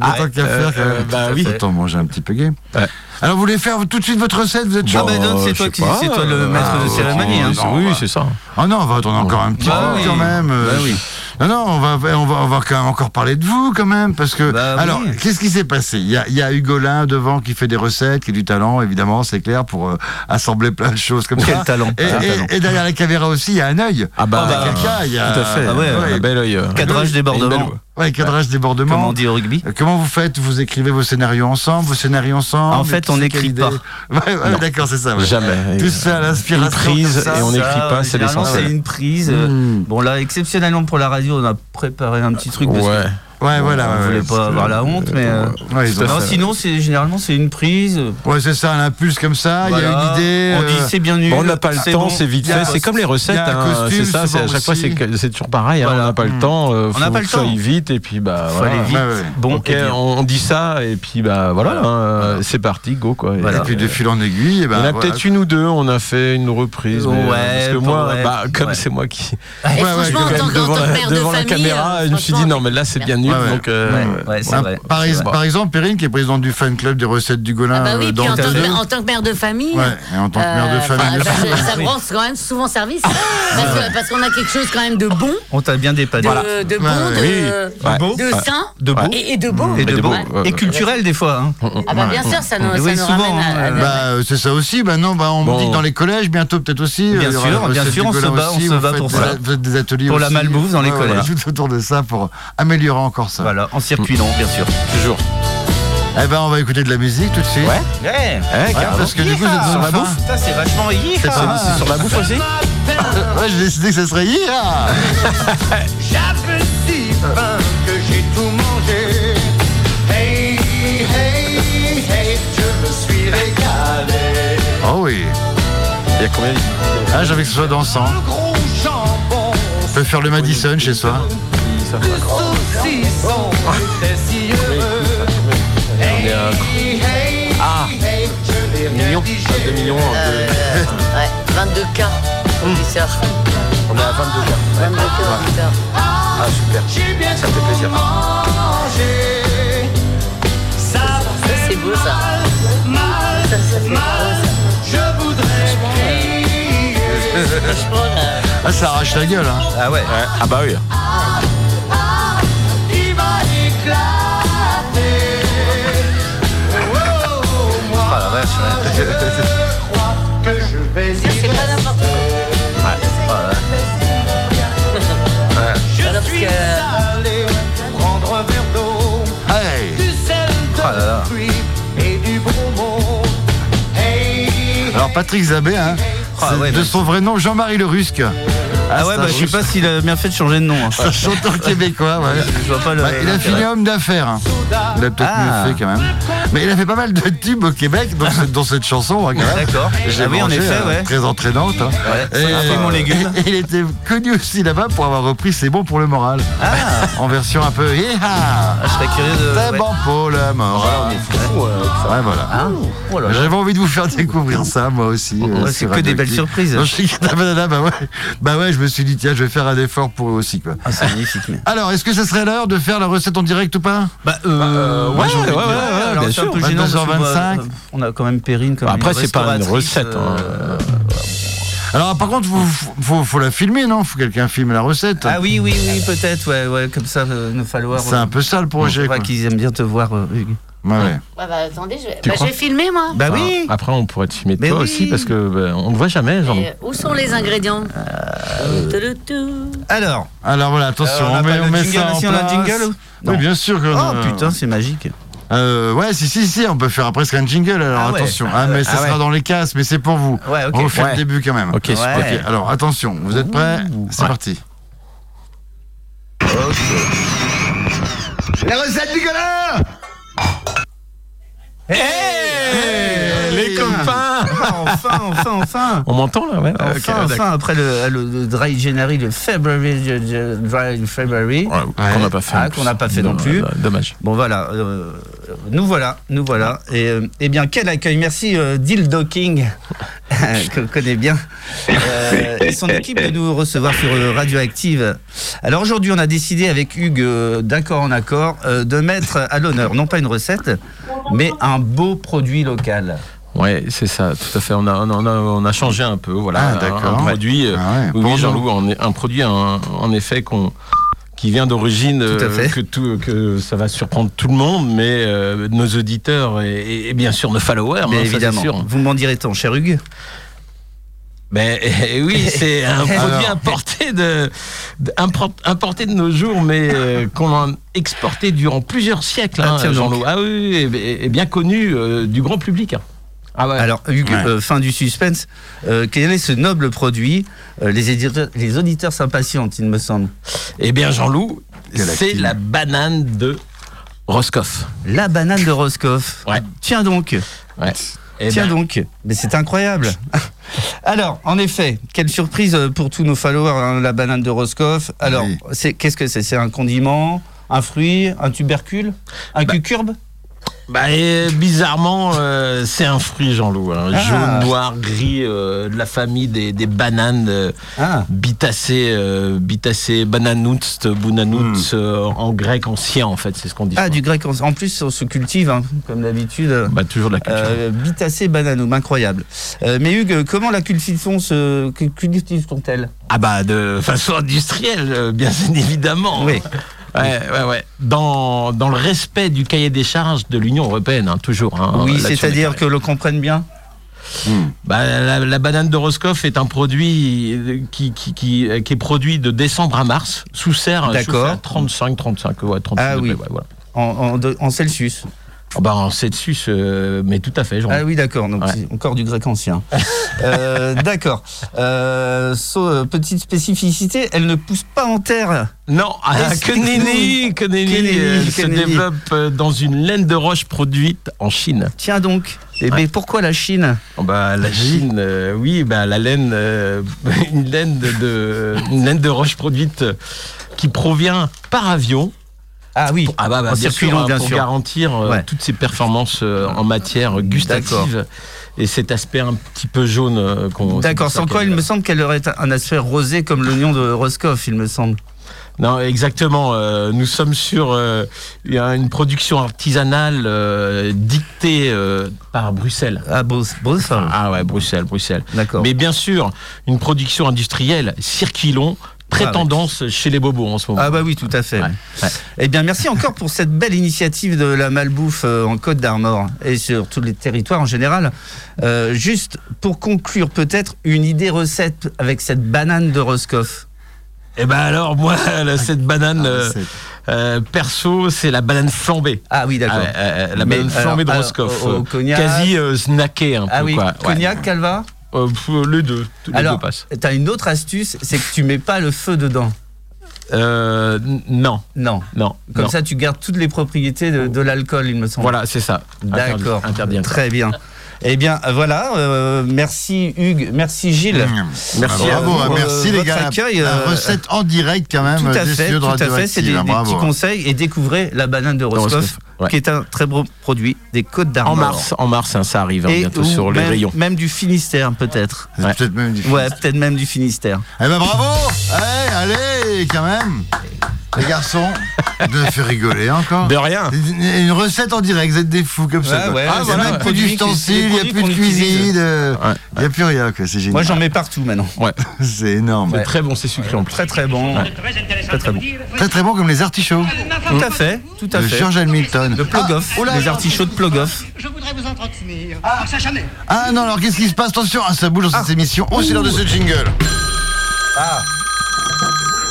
Ah, Tant qu'à euh, faire, quand même. bah oui. Autant manger un petit peu gay. Ouais. Bah, Alors, vous voulez faire tout de suite votre recette Vous êtes chaud Ah ben donc, c'est je toi sais qui- pas, c'est toi le euh, maître de ah, cérémonie, hein. c'est- Non, Oui, bah. c'est ça. Ah non, on va attendre encore un petit Bah peu oui. quand même. euh, Bah oui. Non, non, on va, on va, on va quand même encore parler de vous quand même, parce que. Bah oui. alors, qu'est-ce qui s'est passé Il y a, il y a Hugolin devant qui fait des recettes, qui a du talent, évidemment, c'est clair, pour euh, assembler plein de choses comme Quel ça. talent. Et, Quel et- talent. et derrière la caméra aussi, il y a un œil. Ah bah, Il y a quelqu'un, il y a. tout à fait. Ah ouais, bah, un bel œil. euh, Cadrage une débordement. belle voix. Ouais, cadrage débordement. Comme on dit au rugby. Euh, Comment vous faites Vous écrivez vos scénarios ensemble, vos scénarios ensemble Ah, En fait, Qui on c'est qui a n'écrit l'idée pas. Ouais, ouais, d'accord, c'est ça. ouais. Jamais. Tout ça, à l'inspiration. Une prise comme ça. Mm. Hmm. et on Ça, n'écrit pas, euh, c'est généralement, l'essentiel. C'est une prise. euh, Bon là, exceptionnellement pour la radio, on a préparé un petit truc. parce que Ouais. Ouais, voilà. on ouais, voulait ouais. pas avoir la honte, mais. euh, Ouais, ils ont- non, sinon, c'est généralement c'est une prise. Ouais, c'est ça, un impulse comme ça, il y a Voilà. une idée. On dit euh, c'est bien nul. Bon, on n'a pas le c'est temps, bon. c'est vite Il y a fait. un C'est comme les il y recettes, a un hein, costume, c'est ça. c'est- souvent À chaque fois, aussi. c'est que- c'est toujours pareil. hein, Voilà. Mm. On n'a pas Hmm. le temps. euh, On n'a faut pas le que ça temps. aille vite et puis bah. Faut voilà. aller vite. Ouais, ouais. Bon, Ok, et bien. on, on dit ça et puis bah voilà, Voilà. hein, euh, c'est parti, go quoi. Et- Et puis de fil en aiguille, et Il y ben, en a voilà. peut-être une ou deux, on a fait une reprise. mais, euh, Ouais, parce que bon, moi, ouais. bah, comme Ouais. c'est moi qui. Et Ouais, ouais, franchement, je- en tant, que- en devant tant que la, père de devant la famille, caméra, euh, je me suis dit franchement, non, mais là c'est bien nul. Ouais, ouais. Donc, euh, Ouais, ouais, c'est Ah, vrai. par, c'est ex- vrai. par exemple, Perrine, qui est présidente du fan club des recettes du Golin Ah bah euh, oui, dans puis en tant, le- que, en tant que mère de famille. Ouais, et en tant que mère de euh, famille. enfin, aussi. bah, ça- ça me rend quand même souvent service. parce que- parce qu'on a quelque chose quand même de bon, On t'a bien de, dépanné. de bon, Ouais, de, ouais. beau. de sain De beau. et, et de beau. Et, de des beau. beaux, ouais, et ouais. culturel des fois. Mm, hein. Ah bah bien sûr, ça nous, Et ça oui, nous souvent, ramène à- à... hein, la- Bah, euh, c'est ça aussi. Bah non, bah, on Bon. me dit dans les collèges bientôt peut-être aussi. Bien euh, il y aura sûr, la bien recette sûr, du on se Golin bat, on aussi, se vous bat faites pour des- ça. vous faites des ateliers Pour la aussi. malbouffe dans les Ouais, voilà, collèges. Tout autour de ça pour améliorer encore ça. Voilà, en circuitant, bien sûr. toujours. Eh ben, on va écouter de la musique tout de suite. Ouais. Ouais. Ouais, Ouais, parce que du coup, vous êtes Ah, sur la bouffe. Ça, c'est vachement C'est pas C'est sur la bouffe aussi Ouais, j'ai décidé que ça serait hier. J'avais si faim que j'ai tout mangé. Hey, hey, hey, je me suis régalé. Oh oui. Il y a combien Ah, j'avais que ce soit dansant. Le gros jambon, On peut faire le Madison chez soi. le saucisson, j'étais si heureux. On est à Hey, hey, hey, je n'ai 1 rien million digéré. à Eh. 2 millions. euh, Euh, ouais, 22K, auditeurs. On est à 22 heures. 22K, auditeurs. Ah, super. J'ai bien Ça me fait plaisir. mangé. Ça fait C'est beau ça. mal, mal, Ça, ça fait beau mal. ça. Je voudrais crier. Franchement, là, Ah, ça arrache la gueule, hein. Ah ouais. Ouais, Ah bah oui. Il va éclater. Oh, moi, Ah la vache, ouais. je crois que je vais ça, y c'est pas n'importe quoi. Je parce suis que- allé prendre un verre d'eau, Hey. du sel Ah là là. de fruits et du bonbon. Hey, Alors, Patrick Zabé, hein. Ah c'est ouais, de bah- son vrai nom, Jean-Marie Le Rusque. Ah ouais, bah je sais pas s'il a bien fait de changer de nom. hein. Un chanteur québécois, ouais. Je vois pas le. Bah, il a fini homme d'affaires. hein. Il a peut-être Ah. mieux fait quand même. Mais il a fait pas mal de tubes au Québec dans, ce- dans cette chanson. hein, quand même. D'accord. J'ai Ah oui, en mangé, effet, hein, ouais. Très entraînante. hein. Ouais. Et, Ah, c'est mon légume. et- et il était connu aussi là-bas pour avoir repris C'est bon pour le moral. Ah, En version un peu. Yeah ah, je serais curieux de. C'est ouais. bon hein, pour le moral. Ouais, voilà. Ah, oh là là. J'avais envie de vous faire découvrir ça, moi aussi. Oh, euh, Ouais, sur c'est que Radio des belles Active. surprises. Non, je sais que- Banana, bah ouais. Bah ouais, je me suis dit, tiens, je vais faire un effort pour eux aussi, quoi. Ah, c'est magnifique, mais. Alors, est-ce que ça serait l'heure de faire la recette en direct ou pas Bah, euh, euh, ouais, ouais, ouais, ouais, alors, bien c'est un sûr. peu gênant parce que, 22h25. euh, On a quand même Perrine comme Bah, après, une c'est pas une restauratrice, recette, hein. euh, Alors, par contre, vous, faut, faut- faut la filmer, non Faut que quelqu'un filme la recette. Ah oui, oui, oui, peut-être, ouais, ouais, comme ça, euh, nos followers. C'est un peu ça le Je projet, crois quoi. qu'ils aiment bien te voir, euh, Hugues. Ouais, ouais. Ouais, bah attendez, je vais, Tu bah, je crois Ah, vais filmer moi. Bah Enfin, oui Après, on pourrait te filmer Mais toi oui. aussi parce que bah, on ne voit jamais, genre. Et, euh, où sont les ingrédients Touloutou. Alors, Alors voilà, attention, Euh, on a on, pas met, le on met jingle ça en aussi, on a le place. jingle ou Oui, Non. bien sûr que. oh putain, c'est magique. Euh, ouais, si, si, si, on peut faire presque un jingle, alors Ah ouais. attention. Ah, mais ça Ah sera ouais. dans les casses, mais c'est pour vous. Ouais, ok. On vous fait Ouais. le début quand même. Ok, Ouais. super. Ok, alors attention, vous êtes prêts C'est parti. La recette du golin Eh, les les copains Ah, Enfin, enfin, enfin On m'entend là ouais Enfin, Ah, Ok, enfin, d'accord. après le, le- le Dry January, le February, je- je- Dry February. qu'on n'a pas fait en Ah, plus. qu'on n'a pas fait non, Non, plus. non, dommage. Bon, voilà. euh, nous voilà, nous voilà. Et, euh, eh bien, quel accueil. Merci, euh, Dildo King, que connaît bien, euh, et son équipe de nous recevoir sur euh, Radioactive. Alors aujourd'hui, on a décidé avec Hugues, euh, d'accord en accord, euh, de mettre à l'honneur, non pas une recette, mais un beau produit local. Ouais, c'est ça, tout à fait. On a, on a, on a changé un peu, voilà. Ah, Un, d'accord. produit, euh, Ah ouais, oui, pour nous. Jean-Loup, en, est- un produit en, en effet qu'on qui vient d'origine, Tout à euh, fait. que, tout, que ça va surprendre tout le monde, mais euh, nos auditeurs et, et- et bien sûr nos followers, hein, ça, Mais c'est évidemment. sûr. Vous m'en direz-t-on, cher Hugues Mais eh oui, c'est un produit importé de, de- impor- importé de nos jours, mais euh, qu'on a exporté durant plusieurs siècles. Ah, hein, tiens donc. Jean-Loup. Ah oui, et, et- et bien connu euh, du grand public. hein. Ah ouais. Alors, Hugues, Ouais. euh, fin du suspense. Euh, quel est ce noble produit Euh, les, éditeurs- les auditeurs s'impatientent, il me semble. Eh bien, Jean-Loup, c'est la banane de Roscoff. La banane de Roscoff. Tiens donc. Eh Tiens ben. donc. Mais c'est incroyable. Alors, en effet, quelle surprise euh, pour tous nos followers, hein, la banane de Roscoff. Alors, c'est qu'est-ce que c'est C'est un condiment, un fruit, un tubercule, un cucurbe Bah, et bizarrement, euh, c'est un fruit, Jean-Loup. hein. Ah. Jaune, noir, gris, euh, de la famille des, des bananes euh, bitacées, euh, bitacées, bananouts, bunanouts, euh, en grec ancien, en fait, c'est ce qu'on dit. Ah, du grec. En en plus, on se cultive, hein, comme d'habitude. Bah, toujours la culture. Euh, Bitacé bananum, incroyable. Euh, mais Hugues, comment la cultive-t-on se que cultive-t-on-elle Ah bah de façon industrielle, euh, bien évidemment. Oui. Ouais, ouais, ouais. Dans, dans le respect du cahier des charges de l'Union européenne, hein, toujours. hein, Oui, là-dessus, c'est-à-dire que l'on comprenne bien. Bah, la, la banane de Roscoff est un produit euh, qui, qui, qui, qui est produit de décembre à mars, sous serre, euh, sous D'accord. serre, 35, 35, ouais, 35 Ah oui. degrés, ouais, voilà. En, en de- en Celsius. Ah bah, en Celsius, euh, mais tout à fait, Jean. Ah oui, d'accord. Donc c'est encore du grec ancien. Euh, d'accord. Euh, so- euh, petite spécificité, elle ne pousse pas en terre. Non, ah, que nenni, que nenni, euh, se développe euh, dans une laine de roche produite en Chine. Eh ben, Tiens donc. Et Ouais. pourquoi la Chine Oh bah, la Chine, euh, oui, bah, la laine, euh, une, laine de, de- une laine de roche produite euh, qui provient par avion. Ah oui, ah bah, bah, en bien circuit sûr, long, hein, bien pour sûr. garantir euh, Ouais. toutes ses performances euh, en matière gustative et cet aspect un petit peu jaune euh, qu'on. D'accord. Sans quoi, il euh, me semble qu'elle aurait un aspect rosé comme l'oignon de Roscoff, il me semble. Non, exactement. euh, nous sommes sur euh, il y a une production artisanale euh, dictée euh, par Bruxelles. Ah, Bruxelles. Ah ouais, Bruxelles, Bruxelles. D'accord. Mais bien sûr, une production industrielle, circuit long, très Ah ouais. tendance chez les bobos en ce moment. Ah bah oui, tout à fait. Eh bien, merci encore pour cette belle initiative de la malbouffe euh, en Côte d'Armor et sur tous les territoires en général. Euh, juste pour conclure, peut-être une idée recette avec cette banane de Roscoff. Et ben alors moi, là, cette banane Ah, euh, c'est- euh, perso, c'est la banane flambée. Ah oui, d'accord. euh, la Mais banane alors, flambée de alors, Roscoff, au- au euh, cognac. quasi euh, snackée un peu. Ah oui, quoi. Ouais. cognac, calva Euh, pff, les deux, les Alors, deux passent. t'as une autre astuce, c'est que tu mets pas le feu dedans. Euh, n- non. Non. Non. Comme non. ça, tu gardes toutes les propriétés de, de l'alcool, il me semble. Voilà, c'est ça. Interdit, D'accord. interdit, interdit. Très bien. Eh bien, voilà. euh, merci Hugues, merci Gilles. Merci Mmh. Ah, bravo, euh, merci les votre gars. Accueil, la euh, recette en direct quand même. Tout à des fait, studios de tout à fait. Radioactive, C'est des, hein, des bravo. petits conseils et découvrez la banane de Roscoff, Roscoff, ouais. qui est un très beau produit des Côtes d'Armor. En mars, en mars, hein, ça arrive hein, Et bientôt ou sur les même- rayons. Même du Finistère, peut-être. Ouais. Peut-être même du Ouais, peut-être même du Finistère. Eh ben bravo Allez, allez, quand même Les garçons, de me faire rigoler encore. De rien. Une, une recette en direct, vous êtes des fous comme ça. Ouais, quoi. ouais, ah, c'est voilà, des plus produits d'ustensiles, il qui- n'y a des plus de produits qu'on utilise. cuisine, euh, il n'y a plus rien, quoi, c'est génial. Moi, j'en mets partout maintenant. Ouais. C'est énorme. C'est très bon, c'est sucré en plus. Très très bon. Très très bon. Très très bon comme les artichauts. Tout à fait, tout à De fait. George Hamilton. Le Plogoff, Ah, oh là les là. artichauts de Plogoff. Je voudrais vous entretenir. Ah, ça jamais. Ah non, alors qu'est-ce qui se passe Attention, ah, ça bouge dans cette émission. Oh, c'est l'heure de ce jingle. Ah.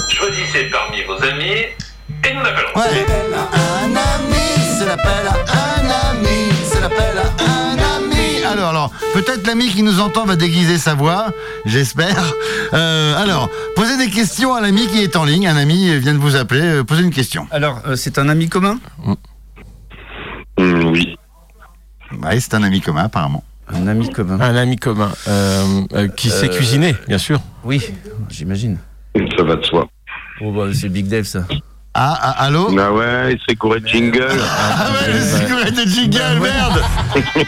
Choisissez parmi vos amis et nous l'appellerons. Un ami, c'est l'appel à un ami, c'est l'appel à un ami. Alors, alors, peut-être l'ami qui nous entend va déguiser sa voix, j'espère. Euh, alors, posez des questions à l'ami qui est en ligne. Un ami vient de vous appeler, euh, posez une question. Alors, euh, c'est un ami commun Euh, Ah, Oui. Ouais, c'est un ami commun, apparemment. Un ami commun. Un ami commun euh, euh, qui sait Euh, cuisiner, bien sûr. Oui, j'imagine. Ça va de soi. Oh, bah, c'est Big Dave, ça. Ah, ah, allô Ah ouais, il s'est couré de jingle. Ah ouais, le secret de Bah, Jingle, merde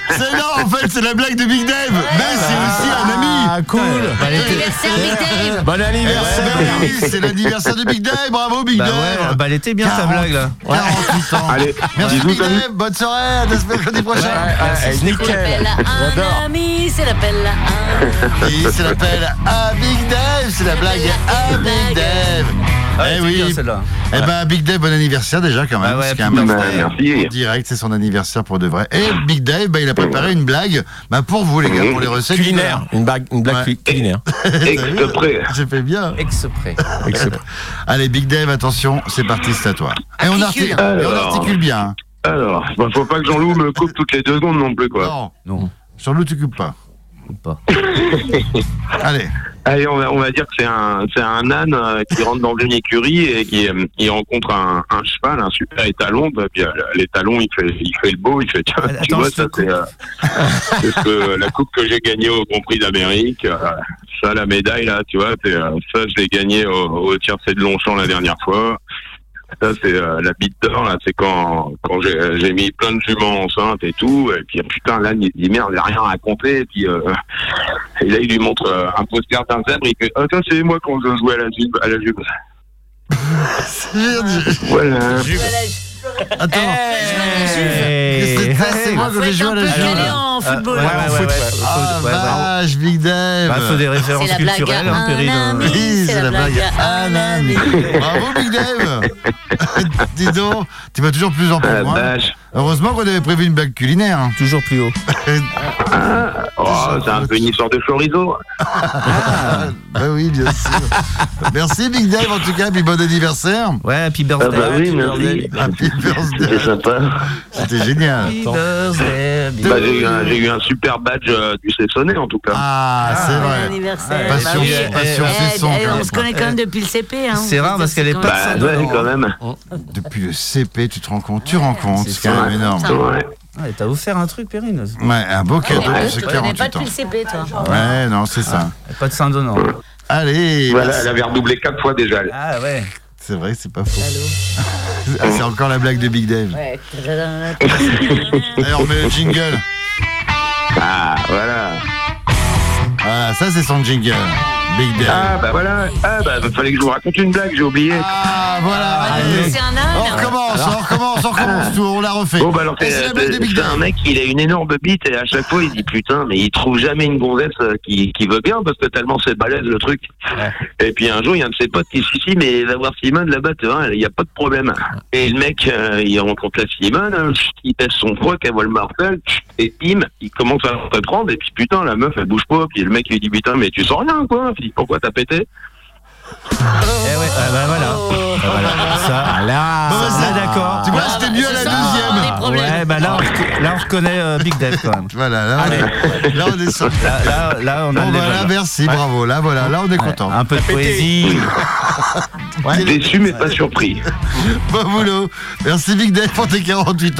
C'est non, en fait, c'est la blague de Big Dave Mais c'est aussi un ami Ah, cool Bah, Anniversaire Big Dave Bon anniversaire Eh C'est l'anniversaire de Big Dave, bravo Big Bah Dave ouais, bah elle était bien ta 40. blague là. 48 ans Allez, Merci bisous, Big salut. Dave, bonne soirée, à la semaine jeudi prochain Ah, C'est l'appel à un ami, c'est l'appel à un Oui, c'est l'appel à Ah, Big Dave, c'est la blague à Big Dave Eh oui Eh ben Big Dave, bon anniversaire déjà quand même Ah ouais, parce qu'il y a un putain, mec ouais, Bah, merci. en direct, c'est son anniversaire pour de vrai. Et Big Dave, bah, il a préparé une blague bah, pour vous les gars, pour les recettes. Culinaire, une blague, une blague Ouais. cu- culinaire. Eh, Exprès. J'ai fait bien. Exprès. Excellent. Allez, Big Dave, attention, c'est parti, c'est à toi. Et on, arti- et on Alors. articule bien. Alors, bah, faut pas que Jean-Loup me coupe toutes les deux secondes non plus, quoi. Non, Non. sur le tu coupes pas. pas. Allez, Allez, on va, on va dire que c'est un, c'est un âne euh, qui rentre dans une écurie et qui, euh, il rencontre un, un cheval, un super étalon. bah, Puis euh, l'étalon, il fait, il fait le beau, il fait tiens, Attends, tu vois, je te ça c'est euh, c'est ce que- euh, la coupe que j'ai gagnée au Grand Prix d'Amérique. euh, ça, la médaille là, tu vois, c'est, euh, ça je l'ai gagnée au, au tiercé de Longchamp la dernière fois. Ça c'est euh, la bite d'or là, c'est quand quand j'ai euh, j'ai mis plein de juments enceintes et tout. Et puis oh, putain, l'âne il dit merde, j'ai rien à raconter. Et puis euh, et là, il lui montre euh, un poster d'un zèbre. Il fait Ah, ça, c'est moi quand je jouais à la jupe. À la jupe. Voilà. attends. Eh. Hey. C'est- c'est moi que Faut j'ai être joué à un la peu jupe. calé en Ah, football. ouais, ouais, ouais, ouais. Ah, Faut- ouais, ouais. vache, Big Dave. Bah, faut des références C'est la blague culturelles, à hein, Perrine. un ami. Oui, c'est la blague à un ami. Bravo, Big Dave. Dis donc, tu vas toujours plus en plus Ah, loin. vache. Heureusement qu'on avait prévu une blague culinaire. hein. Toujours plus haut. Oh, c'est un peu une histoire de chorizo. Bah oui, bien sûr. Merci, Big Dave, en tout cas, puis bon anniversaire. Ouais, happy birthday. Ah, bah oui, happy merci. birthday. Happy birthday. C'est sympa. C'était génial. Happy birthday. Bah, j'ai eu, un- j'ai eu un super badge euh, du Cessonnet, en tout cas. Ah, c'est Bon vrai. anniversaire. Passion, Bah oui. passion, Eh, c'est son. eh, quand on même. se connaît quand même depuis le CP. Hein. C'est rare parce qu'elle est C'est pas- quand Bah, même- ouais, quand même. Depuis le CP, tu te rends compte, tu rends compte, c'est c'est quand ça. même énorme. Ouais. Ah, elle t'a offert un truc, Perrine. Ouais, un beau cadeau Ouais, pour Je ses te connais pas 48 ans. depuis le CP, toi. Ouais, non, c'est ça. Pas de Saint-Donant. Allez, Ah. Voilà, merci. elle avait redoublé quatre fois déjà. elle. Ah ouais. c'est vrai, c'est pas faux. Ah, c'est encore la blague de Big Dave. Ouais. Allez, on met le jingle. Ah, voilà. Voilà, Ah, ça c'est son jingle. Big Dave. Ah, bah voilà. Ah, bah, fallait que je vous raconte une blague, j'ai oublié. Ah, voilà. allez. C'est un On âne. recommence, on recommence, on recommence tout, on la refait. Bon, bah alors, Et c'est c'est la blague de Big c'est un Dave. mec, il a une énorme bite et à chaque fois, il dit putain, mais il trouve jamais une gonzesse euh, qui, qui veut bien parce que tellement c'est balèze le truc. Et puis un jour, il y a un de ses potes qui dit si, si, mais va voir Simone là-bas, tu vois, il n'y a pas de problème. Et le mec, euh, il rencontre la Simone, hein, il pèse son poids, qu'elle voit le martel, et bim, il commence à se prendre et puis putain, la meuf, elle bouge pas. Puis le mec, il dit putain, mais tu sens rien quoi. Puis pourquoi t'as pété Eh ouais, ah bah voilà. Ah, voilà. Ça, Voilà. Bon, bah, ça, c'est- d'accord. Tu vois, Ah, c'était bah, mieux à c'est ça, on la est deuxième. pro- problème. Ouais, bah là, on, rec- là, on reconnaît euh, Big Dave quand même. Voilà, là, on est- là on est sur. Là, là, là, on a Bon, le voilà, level. merci, bravo. Là, voilà, là, on est content. Un peu de poésie. Déçu, mais pas surpris. Bon boulot. Merci, Big Dave, pour tes 48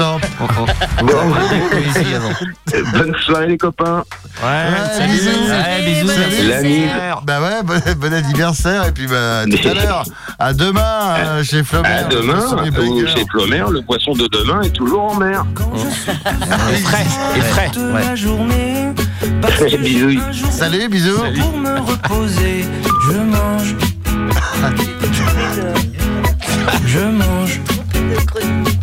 ans. Bon, Un peu de poésie avant. bonne soirée, les copains. Ouais, Ouais, salut. bisous. Bonne merci. année. L'ami. Bah ouais, bon, bon anniversaire et puis bah, à tout à l'heure. À demain euh, chez À Flaubert. demain, Sur les ou Bakers. chez Plomer, le poisson de demain est toujours en mer. Et frais, et frais. Ouais. Bisous. Salut, bisous.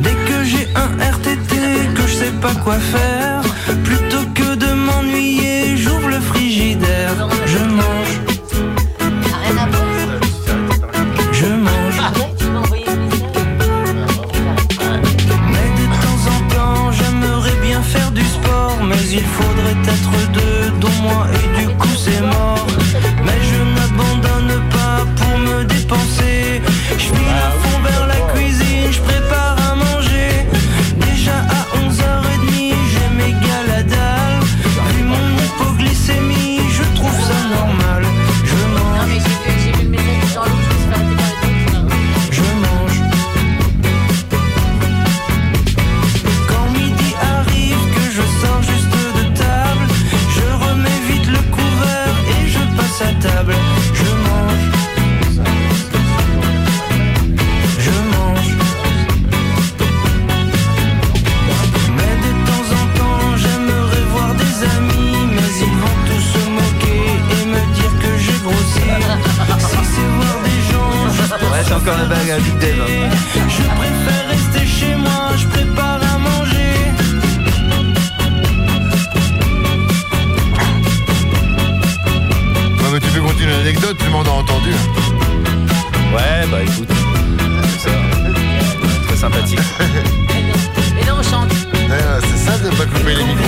Dès que j'ai un RTT, que je sais pas quoi faire, plutôt que de m'ennuyer, j'ouvre le frigidaire. Je mange, Rien à voir. je mange, Arrête, tu m'as envoyé un message. mais de temps en temps, j'aimerais bien faire du sport, mais il faudrait être deux, dont moi, et du coup c'est mort. Mais je n'abandonne pas pour me dépenser, je file à fond vers la cuisine, je prépare à manger. Déjà à 11h30, j'ai euh, Big Dave. Je préfère rester chez moi, je prépare à manger. Ouais, mais tu peux continuer l'anecdote, tu m'en as entendu. hein. Ouais, bah écoute, c'est ça. Très sympathique. Et là, on chante. c'est ça de pas couper les micros.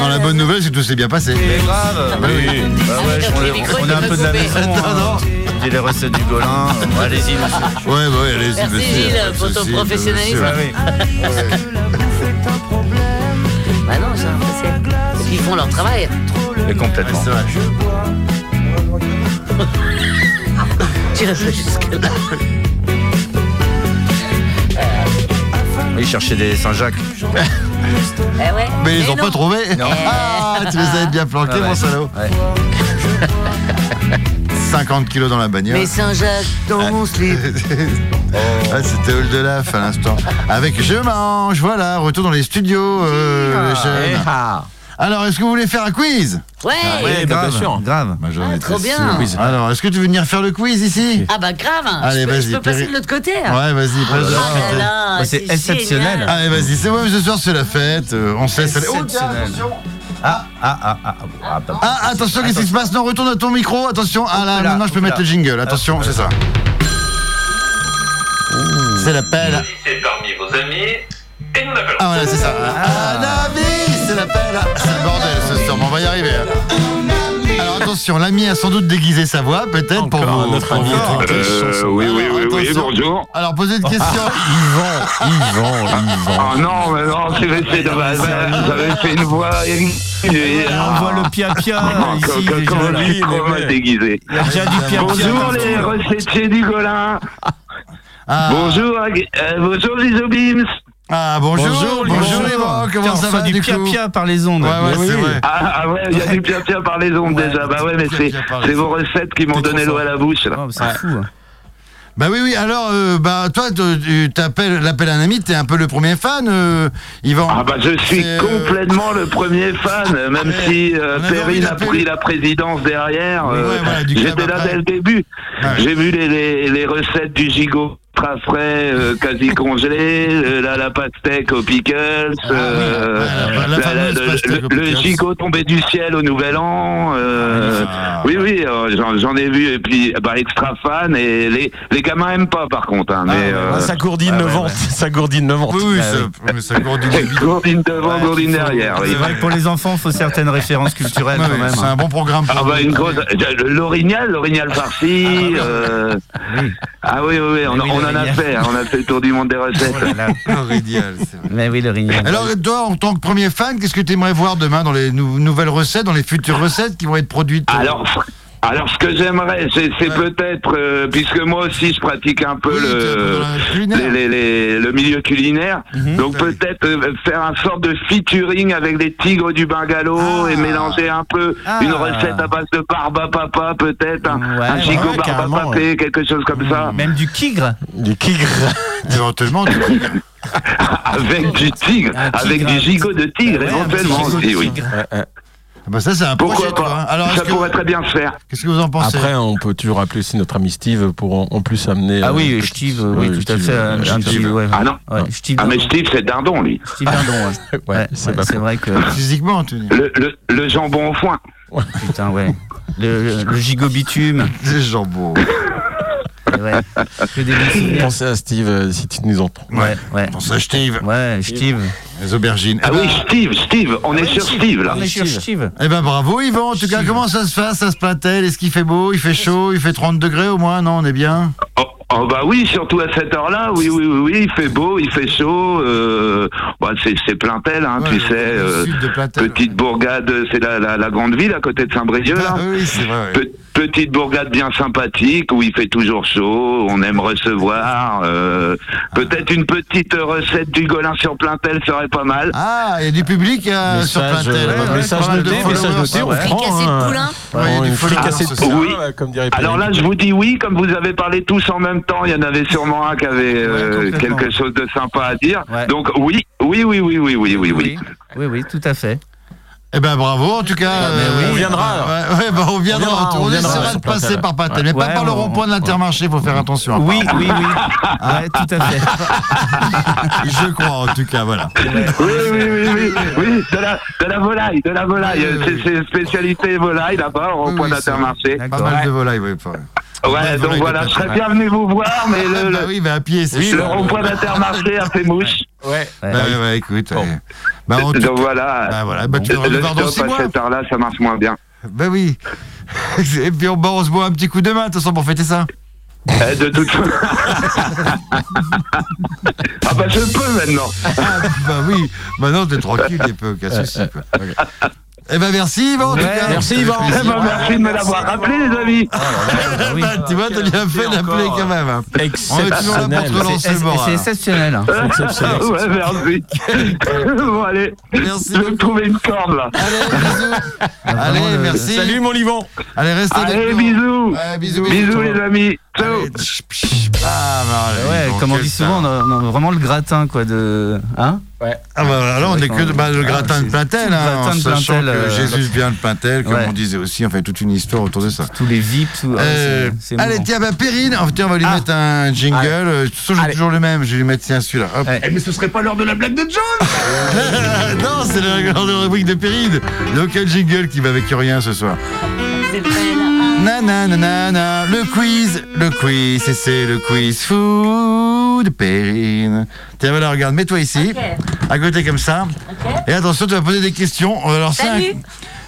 Non, la bonne nouvelle, c'est que tout s'est bien passé. C'est grave. Bah oui. Bah ouais, on, est- on est un peu de la maison. hein. J'ai les recettes du Golin. Bon, Allez-y, monsieur. Ouais, bah ouais, allez-y, Merci, monsieur. Gilles, Pas de pour ton souci, professionnalisme. monsieur. Bah non, j'ai l'impression. Parce qu'ils font leur travail. Mais complètement. Tu restes jusque-là. Il cherchait des Saint-Jacques. Eh ouais. Mais ils ont non. pas trouvé. Ah, tu les avais bien planqués, Ah ouais. mon salaud. Ouais. 50 kilos dans la bagnole. Mais Saint-Jacques, dans mon slip. Oh. Ah, c'était Old Laf à l'instant. Avec Je mange, voilà, retour dans les studios. Ah. euh, les jeunes. Eh, Alors, est-ce que vous voulez faire un quiz Ouais. Ah. grave, Grave. Ah, trop bien. Alors, est-ce que tu veux venir faire le quiz ici Ah bah grave. Allez, je peux, je vas-y, peux passer Perry. de l'autre côté. Ouais, vas-y, Ah prends-le. là là, Bah, c'est exceptionnel. génial. Allez, vas-y, c'est moi, ce soir, c'est la fête. euh, on sait, ça- Oh, tiens, Exceptionnel. attention. Ah, ah, ah, ah. ah, bon, ah, pas- Ah, attention, qu'est-ce qui se passe Non, retourne à ton micro, attention. Ah là, Hop là, maintenant je peux hop mettre là. le jingle, attention, Hop là. c'est ça. Ah. C'est l'appel. Choisissez parmi vos amis et nous l'appellerons. Ah voilà, c'est ça. Un Ah, ami, c'est l'appel. C'est Ah, le bordel ce soir, mais on va y arriver. hein. Alors attention, l'ami a sans doute déguisé sa voix, peut-être, pour vous. notre pour ami vous est en truquer. quelle chanson Euh, oui, oui, oui, oui, Attention. bonjour. Alors posez Ah. une question. Yvan, Yvan. Ah non, mais non, c'est c'est dommage. J'avais fait une voix. Ah, On voit le pia-pia ici. déjà, Comment là. on déguisé Il y a déjà du pia-pia. Bonjour partout. les recettes chez Nicolas. Ah. Bonjour, Ag- euh, bonjour les Obims. Ah bonjour, bonjour, Yvan, comment Tiens, on ça reçoit va du du coup pia-pia par les ondes. Ouais, ouais, Mais c'est oui. vrai. Ah, ah ouais, il y a du pia-pia par les ondes déjà. Bah ouais, mais c'est pia-pia par les c'est vos recettes qui m'ont T'es donné trop l'eau à la bouche. là. Oh, C'est fou. hein. Bah oui, oui, alors, euh, bah, toi, te- tu t'appelles l'appel un ami, t'es un peu le premier fan, euh, Yvan. Ah bah je suis C'est, euh, complètement le premier fan, même si euh, on avait envie Perrine a d'appeler- pris la présidence derrière. Ouais, euh, voilà, du club J'étais là après. dès le début. Ouais. J'ai vu les, les, les recettes du gigot ultra frais, euh, quasi congelé, euh, la, la pastèque aux pickles, euh, Ah, la- la la- fameuse la- pastèque le, aux le pickles. gigot tombé du ciel au Nouvel An. euh, Ah. oui, oui, euh, j'en- j'en ai vu, et puis bah, extra fan, et les, les gamins aiment pas par contre. Hein, mais, euh, Ah, Ça gourdine ouais, le ouais, ventre, ouais. ça gourdine le ventre. Ah, Oui, oui, Bah Ah, ça, mais ça court du débit. gourdine devant, Ouais, gourdine faut- derrière. oui. C'est vrai que pour les enfants, il faut certaines références Ouais, culturelles quand ouais, même. C'est un bon programme pour Ah bah vous. bah, une grosse le- l'orignal, l'orignal farci. euh, Ah oui oui oui, on, Mais Eh oui, on en a l'orignal. fait, hein, on a fait le tour du monde des recettes. Oh là là. Orignal, c'est vrai. Mais oui, le rignal. Alors toi, en tant que premier fan, qu'est-ce que tu aimerais voir demain dans les nou- nouvelles recettes, dans les futures recettes qui vont être produites euh, Alors alors ce que j'aimerais, c'est c'est peut-être euh, puisque moi aussi je pratique un peu oui, t'es un peu dans la le culinaire. les- les- les- le milieu culinaire, Mhm. donc Bah Ah oui. peut-être euh, faire un sort de featuring avec les tigres du bungalow Ah. et mélanger un peu Ah. une recette à base de barba papa peut-être, un, Ouais, un ouais, Mmh, gigot ouais, barba carrément, papé, quelque chose comme ça, Même du tigre. Du tigre. Éventuellement, tu- avec du tigre, Un tigre, avec un du gigot de tigre Ouais, un petit éventuellement gigot de aussi, oui. tigre. Ah bah ça c'est un projet, Pourquoi toi. pas hein. Alors Ça est-ce que- pourrait très bien se faire. qu'est-ce que vous en pensez Après, on peut toujours appeler aussi notre ami Steve pour en, en plus amener. Ah euh, oui, le Steve, petit- ouais, oui, tout à Steve, fait. euh, un Steve. petit- ouais, Ah non. ouais, Steve Ah mais Dindon. Steve c'est dindon lui. Steve Dindon, ouais. Ouais, c'est pas c'est faux. vrai que. Euh, Physiquement, tu dis. Ah. Le, le, le jambon au foin. Putain, ouais. Le, le gigot bitume. Des jambons. Ouais. Que des bons souvenirs. Pensez à Steve euh, si tu nous entends. Ouais, ouais. On s'achève Ouais, Steve. les aubergines. Ah Eh oui, ben- Steve, Steve, on est Ouais, sur Steve là. Ah On est sur Steve. Steve. Eh ben bravo Yvan, en tout cas comment ça se passe, ça se plaint-elle Est-ce qu'il fait beau, il fait chaud, il fait 30 degrés au moins, non on est bien Oh, oh, bah oui, surtout à cette heure-là, oui, oui, oui, oui, il fait beau, il fait chaud. Euh, bah, c'est c'est Plaintel, hein, Ouais, tu le- sais. le euh, sud de Plaintel. petite bourgade, c'est la, la, la grande ville à côté de Saint-Brieuc là. Ah oui c'est vrai. ouais. Pe- Petite bourgade bien sympathique où il fait toujours chaud, on aime recevoir. euh, Ah. Peut-être une petite recette du Golin sur Plaintel serait pas mal. Ah, il y a du public euh, sur Message, Plaintel. euh, Ouais, ouais, message pas mal noté, de message followers. Ah noté, on ouais. prend. Fricassé de hein. poulain. Ouais, Ouais, il y a une du folie. fricassée de Ah, poulain, oui. euh, comme dirait Alors là, Pierre. je vous dis oui, comme vous avez parlé tous en même temps, il y en avait sûrement un qui avait euh, Ouais, complètement. quelque chose de sympa à dire. Ouais. Donc oui, oui, oui, oui, oui, oui, oui, oui. Oui, oui, tout à fait. Eh Eh ben bravo en tout cas. mais oui, on viendra, euh, ouais, ouais, bah, on viendra. On, on viendra, essaiera ouais, de sur Platel. passer par Patel, mais pas Ouais, par le on- rond-point de l'Intermarché. Faut faire attention. Oui, oui, oui. Ouais, tout à fait. Je crois en tout cas, voilà. Oui, oui, oui, oui, oui, de la, de la volaille, de la volaille. C'est- C'est une spécialité volaille là-bas, au point d'intermarché. Pas mal de volaille, oui. pas- Ouais, donc Eh ben, voilà, je serais bien venu vous voir, mais le, Bah le, oui, bah à pied, c'est le sûr. rond-point d'intermarché a fait mouche. Ouais. Bah, ouais, ouais, écoute. ouais. Bah, en tout- Donc voilà. Bah voilà, bah, tu Le- devras le le voir dans stop six à mois. cette heure-là, ça marche moins bien. Bah oui. Et puis on, bah, on se boit un petit coup demain, de toute façon, pour fêter ça. Eh, de toute façon. ah bah je peux maintenant. Ah, bah oui, maintenant t'es tranquille, t'es peu, aucun souci. Quoi. Ok. Eh ben merci Yvan, en tout Ouais, cas. merci, Yvan. Eh ben, merci de me l'avoir rappelé, les amis. Ah, bah, Eh ben, tu vois, t'as bien fait d'appeler quand même. hein. On est toujours là pour Exceptionnel. te relancer C'est- le moral. c'est exceptionnel, hein. C'est exceptionnel, Ah, c'est ouais, merci. bon, allez. je vais me trouver une corde, là. Allez, merci. Salut, mon Livon. Allez, restez Allez, avec nous. bisous. Ouais, bisous. Bisous, les amis. Ciao. Ah, bah, Ouais, bon, comme on quel dit souvent, on a, on a vraiment le gratin, quoi, de. Hein Ouais. Ah bah voilà, là, on C'est est vrai que qu'on- bah, le ah, gratin c'est de Platel, tout le hein, en gratin de sachant Platel, que euh, Jésus vient de Platel, comme ouais. on disait aussi, enfin toute une histoire autour de ça. Tous les vips, tout. ah, Euh, c'est- c'est allez, mouvant. tiens, bah Perrine, oh, tiens, on va lui mettre un jingle. Allez. euh, De toute façon, j'ai toujours le même, je vais lui mettre tiens, celui-là. hop. Eh, mais ce serait pas l'heure de la blague de John Non, c'est la grande rubrique de Perrine. Donc, un jingle qui va avec rien ce soir. Na, na, na, na, na. Le quiz, le quiz, et c'est le quiz fou de Perrine. Tiens, voilà, regarde, mets-toi ici, à côté comme ça. Et attention, tu vas poser des questions. Euh, Alors, c'est un,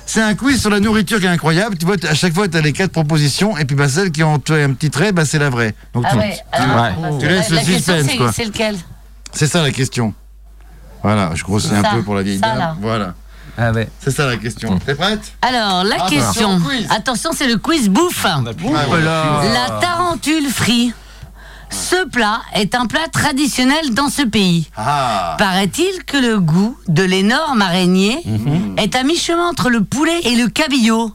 c'est un quiz sur la nourriture qui est incroyable. Tu vois, t- à chaque fois, tu as les quatre propositions, et puis bah, celle qui ont tu as un petit trait, bah, c'est la vraie. Donc, Ah tu, ouais, tu- alors, tu bah, c'est- laisses la le question, suspense, c'est- quoi. C'est lequel C'est ça la question. Voilà, je grossis Ça, un peu pour la vieille ça, dame. là. Voilà. Ah ouais. C'est ça la question. T'es prête Alors, la Ah, bah, question. c'est un quiz. Ah, Attention, c'est le quiz bouffe. là. La tarentule frite. Ce plat est un plat traditionnel dans ce pays. Ah. Paraît-il que le goût de l'énorme araignée Mhm. est à mi-chemin entre le poulet et le cabillaud.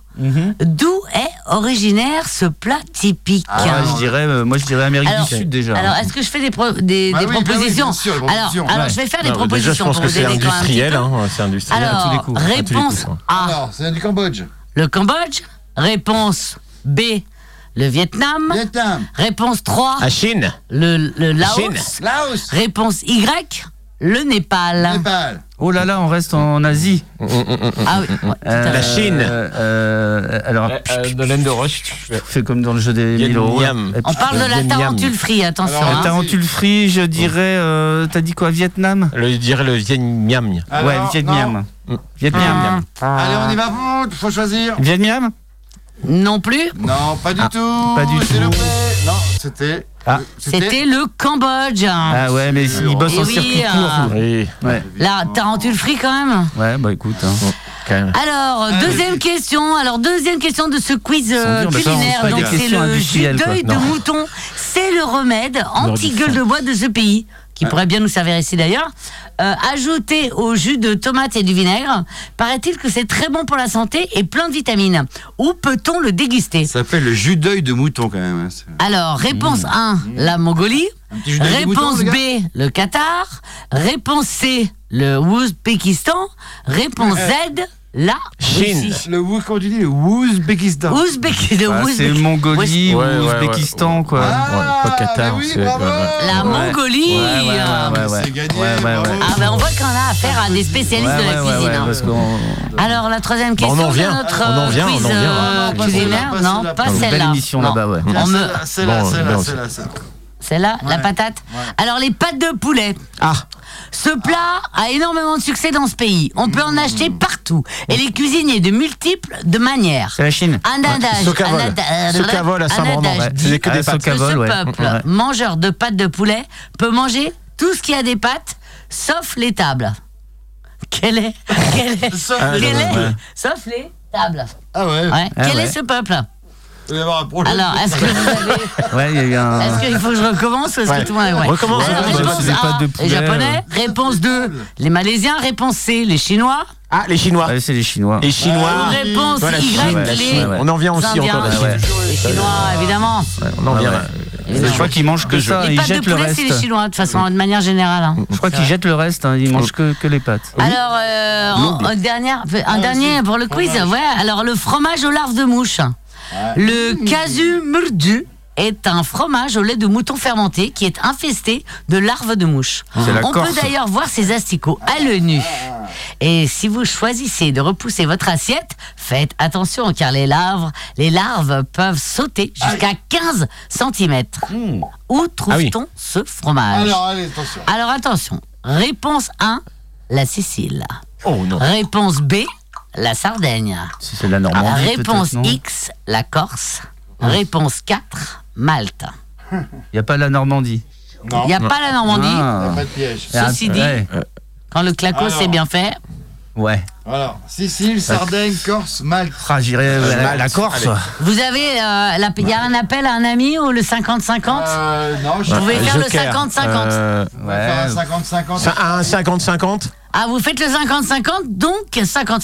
D'où est originaire ce plat typique Ah, je dirais, euh, moi, je dirais Amérique alors, du Sud déjà. hein. alors, est-ce que je fais des, pro- des, Bah des oui, bah oui, propositions bien sûr, les Alors, propositions. Bah, alors, Ouais. je vais faire des Non, mais propositions déjà, je pense pour que vous c'est aider quand même un petit industriel. peu. hein, c'est industriel à tous les Alors, coups. à tous les réponse coups, ouais. A. Alors, c'est du Cambodge. Le Cambodge. Réponse B. Le Vietnam. Réponse 3. La Chine. Le, le La Laos. Chine. Réponse Y. Le Népal. Népal. Oh là là, on reste en Asie. Mm, Ah oui. Euh, La Chine. euh, euh, alors, de l'Inde de Roche. fais comme dans le jeu des Yen 1000 euros. Yam. Et On puis- parle de la Vietnam. tarentule frite, attention. La hein. tarentule free, je dirais. euh, T'as dit quoi, Vietnam Le, je dirais le Mm. Vietnam. Alors, Ouais, Vietnam. Vietnam. Ah. Allez, on y va, bon, faut choisir. Vietnam Non plus. Non, pas du tout. Ah, pas du s'il tout. vous plaît. Non, c'était. Ah. C'était le Cambodge. Ah ouais, mais Alors. ils bossent Eh en oui, circuit euh, court. Ouais. La tarentule frite quand même. ouais, bah écoute. hein. Mm, Alors, Ah, deuxième question. Alors, deuxième question de ce quiz euh, durs, mais ça, on culinaire. fait pas Donc, des c'est questions le jus industrielles, d'œil de quoi. Non. mouton. C'est le remède anti-gueule de bois de ce pays, qui Ah. pourrait bien nous servir ici d'ailleurs. Euh, ajouté au jus de tomate et du vinaigre, paraît-il que c'est très bon pour la santé et plein de vitamines. Où peut-on le déguster Ça s'appelle le jus d'œil de mouton quand même. hein, c'est- Alors, réponse Mmh. 1, la Mongolie. petit jus d'œil de Réponse mouton, les B, gars. le Qatar. Réponse C, le Ouzbékistan. Réponse Z, la Russie. Euh. Le Wou, comment tu dis Le Ouzbékistan. Ouzbéki- le Ah, c'est Ouzbéki- Mongolie ou Ouais, ouais, ouais. Ouzbékistan, quoi. pas Qatar. c'est- ouais, ouais. La Mongolie euh, Ouais, ouais. Ouais, ouais, ouais. Ah ben on voit qu'on a affaire à des spécialistes Ouais, de la ouais, ouais, cuisine. hein. parce qu'on- Alors la troisième Bah, on question en vient, de notre on en euh, vient, on en quiz vient. euh, Ah, pas culinaire, celle-là, pas non, celle-là, pas pas Une belle celle-là. émission Non. là-bas, ouais. On me- C'est là, Bon, c'est là, non, c'est là, c'est là. Celle-là, la patate. Alors les pâtes de poulet. Ah, Ce plat a énormément de succès dans ce pays. On peut en acheter partout et les cuisiner de multiples de manières. c'est la Chine. Un adage, Socavol. un ada- Socavol à un Saint-Mandand, adage ouais. dit C'est que des Ah, pâtes. que ce Socavol, ouais. peuple Ouais. mangeur de pâtes de poulet peut manger tout ce qui a des pâtes, sauf les tables. Quel est, quel est, Sauf quel les est- tables. sauf les tables. Ah ouais. Ouais. Ah quel ouais. est ce peuple Vous allez avoir un Oh problème. Alors, est-ce que vous avez. Ouais, il y a eu un. Est-ce qu'il faut que je recommence ou est-ce Ah. Ouais. que tout le monde- ouais. Recommence, Alors, recommence, réponse c'est pas A, de les poulet, Japonais. Réponse 2, les Malaisiens. Réponse C, les Chinois. Ah, les Chinois. c'est les Chinois. Les Chinois. Euh, Réponse Voilà, Y, Chine, la les Chine, ouais. On en vient aussi Indiens. encore à la Chine. Ouais. Les Chinois, évidemment. on en vient là. Je crois qu'ils mangent que Les ça, ils pâtes de jettent le poulet, reste. c'est les Chinois, de façon, de manière générale. hein. Je crois qu'ils jettent le reste, hein, ils mangent que, que les pâtes. Alors, euh, en- en dernière- un dernier pour le quiz. Ouais, alors, le fromage aux larves de mouche. Le casu mordu est un fromage au lait de mouton fermenté qui est infesté de larves de mouche. Ah. C'est la On Corse. peut d'ailleurs voir ces asticots à l'œil nu. Et si vous choisissez de repousser votre assiette, faites attention car les larves, les larves peuvent sauter jusqu'à 15 cm. Où trouve-t-on Ah ce fromage Alors, allez, attention. alors attention. Réponse 1, la Sicile. Oh non. Réponse B, la Sardaigne. C'est de la Normandie. réponse peut-être, non X, la Corse. Réponse 4, Malte. Il n'y a pas la Normandie. Non. Il y a pas la Normandie. Ah. Il y a pas de piège. Ceci dit- Ouais. Quand le claco Alors. c'est bien fait. Ouais. Alors, Sicile, Sardaigne, Corse, Malte. Ah, j'irai à la, la Corse. Euh, Allez. Vous avez. euh, la- Il y a un appel à un ami ou le 50-50 Non, Vous pouvez faire le 50-50. Euh, Faire un ouais. 50-50. Ça, Un 50-50 Ah, vous faites le 50-50, donc 50-50.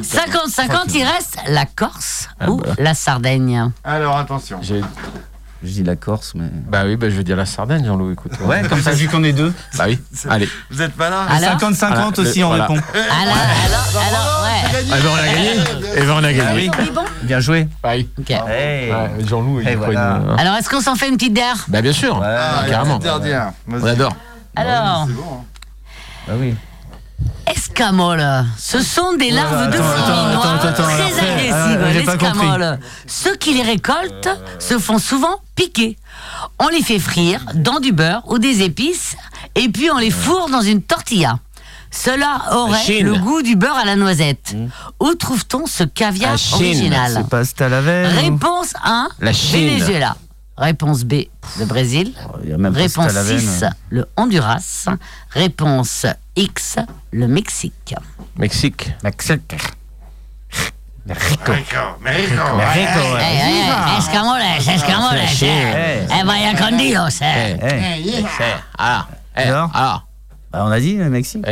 50-50, il reste la Corse ou la Sardaigne. Alors, attention. Je dis la Corse, mais. Bah oui, bah, je vais dire la Sardaigne, Jean-Louis. Écoute, Ouais, comme ça, vu qu'on est deux. Bah oui, allez. Vous êtes pas là Alors Ah, 50-50 aussi, on répond. Alors, alors, alors, ouais. Eh ben, on a gagné. Eh ben, on a gagné. Ah oui. Bien joué. Bye. Ouais, Jean-Louis, il croit voilà. une- hein. Alors, est-ce qu'on s'en fait une petite der Bah bien sûr, Ah, carrément. la dernière. On adore. Alors, Bah oui. escamoles, ce sont des larves de fourmis noires attends, attends, très alors, après, agressives. alors, j'ai Les pas escamoles, ceux qui les récoltent se font souvent piquer. On les fait frire dans du beurre ou des épices et puis on les fourre dans une tortilla. Cela aurait Chine. Mmh. le goût du beurre à la noisette. Où trouve-t-on ce caviar original C'est pasta la veine. Réponse 1, La Chine. Oh, Venezuela. Réponse B, le Brésil. Il y a même pas Réponse cette à la veine. hein. 6, le Honduras. Réponse X, le Mexique. Mexique. Mexique. Mexico. Eh, eh, eh, escamoles, escamoles. la Chine. Eh, eh, vaya con Dios. eh. Ah, Alors Alors Bah, On a dit le Mexique.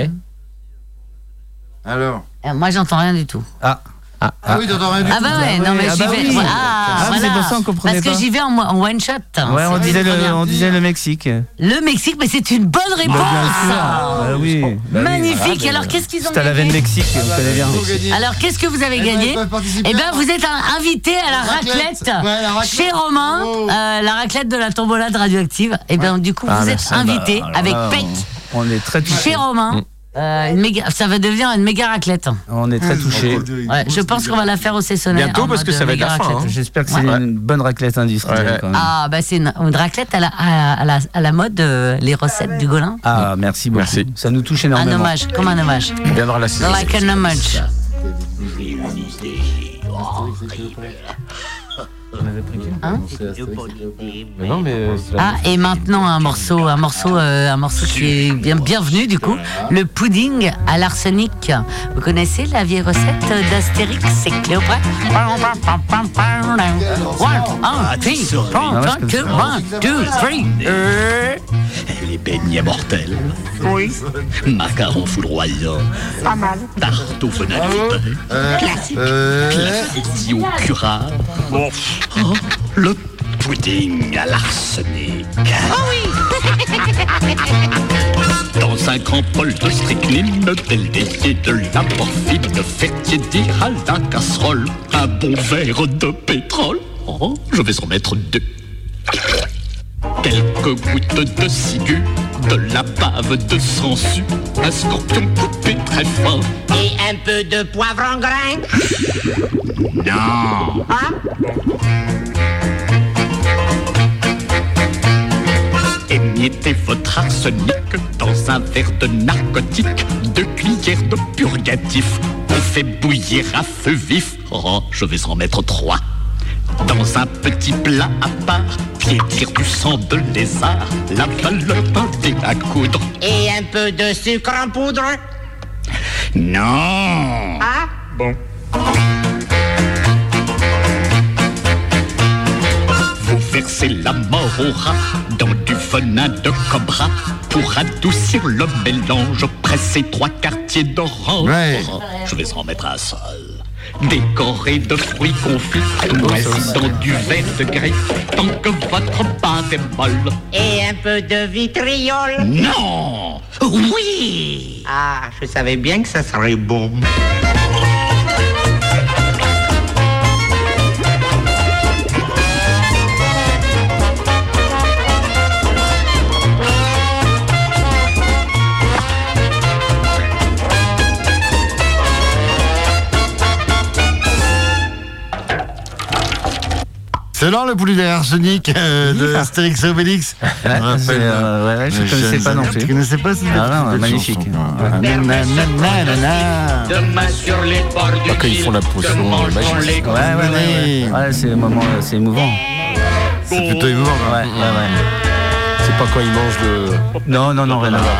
Alors. Eh, Moi, j'entends rien du tout. Ah. Ah oui, t'entends rien du Ah tout. bah ouais, non mais ah j'y bah vais. oui. Ah, Ah, mais voilà. c'est pour ça qu'on comprenait Parce que pas. j'y vais en, en one shot. hein. Ouais, on C'est disait, vrai, le, on disait le Mexique. Le Mexique, mais c'est une bonne réponse. Bah oui. Bah oui. bah, Magnifique. Alors, qu'est-ce qu'ils ont C'est à la veine gagné Mexique, vous connaissez bien. Alors, qu'est-ce que vous avez gagné Eh bien, vous êtes un- invité à la Raclette. raclette, Ouais, la raclette. chez Romain, euh, la raclette de la tombolade radioactive. Eh bien, du coup, Ah, vous bah, êtes ça, bah, invité alors avec là, Peck, On on est très touchés. Mm. chez Romain. Euh, une méga- ça va devenir une méga raclette. On est très touchés. Ouais, je pense qu'on va la faire au Sessonnet. Bientôt, en parce mode euh, que ça va être méga la fin, raclette. hein. J'espère que Ouais. c'est une bonne raclette industrielle Ouais. quand même. Ah, bah c'est une, une raclette à la, à, à la, à la mode, euh, les recettes du Golin. Ah, merci beaucoup. Merci. Ça nous touche Un énormément. hommage, comme un hommage. On viendra la saison. Like an hommage. Hein Mais non, mais. euh, c'est la- Ah, et maintenant un morceau, un morceau, euh, un morceau qui est bien, bienvenu du coup, le pudding à l'arsenic. Vous connaissez la vieille recette d'Astérix et Cléopâtre One, un, three, one, two, one, two, three. Euh, Les beignets mortels. Oui. Macarons foudroyants. Pas mal. Tarte au fenêtre. Euh, Classique. Classique au curare. Oh, le pudding à l'arsenic. Oh oui Dans un grand bol de strychnine, tel délier de la morphine, faites dire à la casserole un bon verre de pétrole. Oh, je vais en mettre deux. Quelques gouttes de ciguë, de la bave de sangsue, un scorpion coupé très fin. Et un peu de poivre en grain Ah, Non Émiettez votre arsenic dans un verre de narcotique, deux cuillères de purgatif. On fait bouillir à feu vif. Oh, je vais en mettre trois. Dans un petit plat à part, piétir du sang de lézard, la valeur pâtée à coudre. Et un peu de sucre en poudre Non Ah Bon. verser la mort au rat dans du venin de cobra pour adoucir le mélange, presser trois quartiers d'orange. Ouais. Je vais en mettre un seul. Décoré de fruits confits, moisis dans du verre de gris, tant que votre bave est molle. Et un peu de vitriol Non Oui Ah, je savais bien que ça serait bon. Eh, C'est là le poulet d'arsenic euh, de Astérix et Obélix. Je me rappelle, c'est, euh, ouais, je euh, connaissais pas non plus. Tu connaissais pas cette Ah non, petite magnifique. chanson. Ah, Ah. nananana. Demain sur les bords du Ah, Quand ils font la potion magique. Ouais, ouais, ouais, ouais. Ouais, c'est le moment, euh, c'est émouvant. C'est plutôt émouvant. Ouais, ouais, ouais. C'est pas quand ils mangent le. Non, non, non, rien à voir.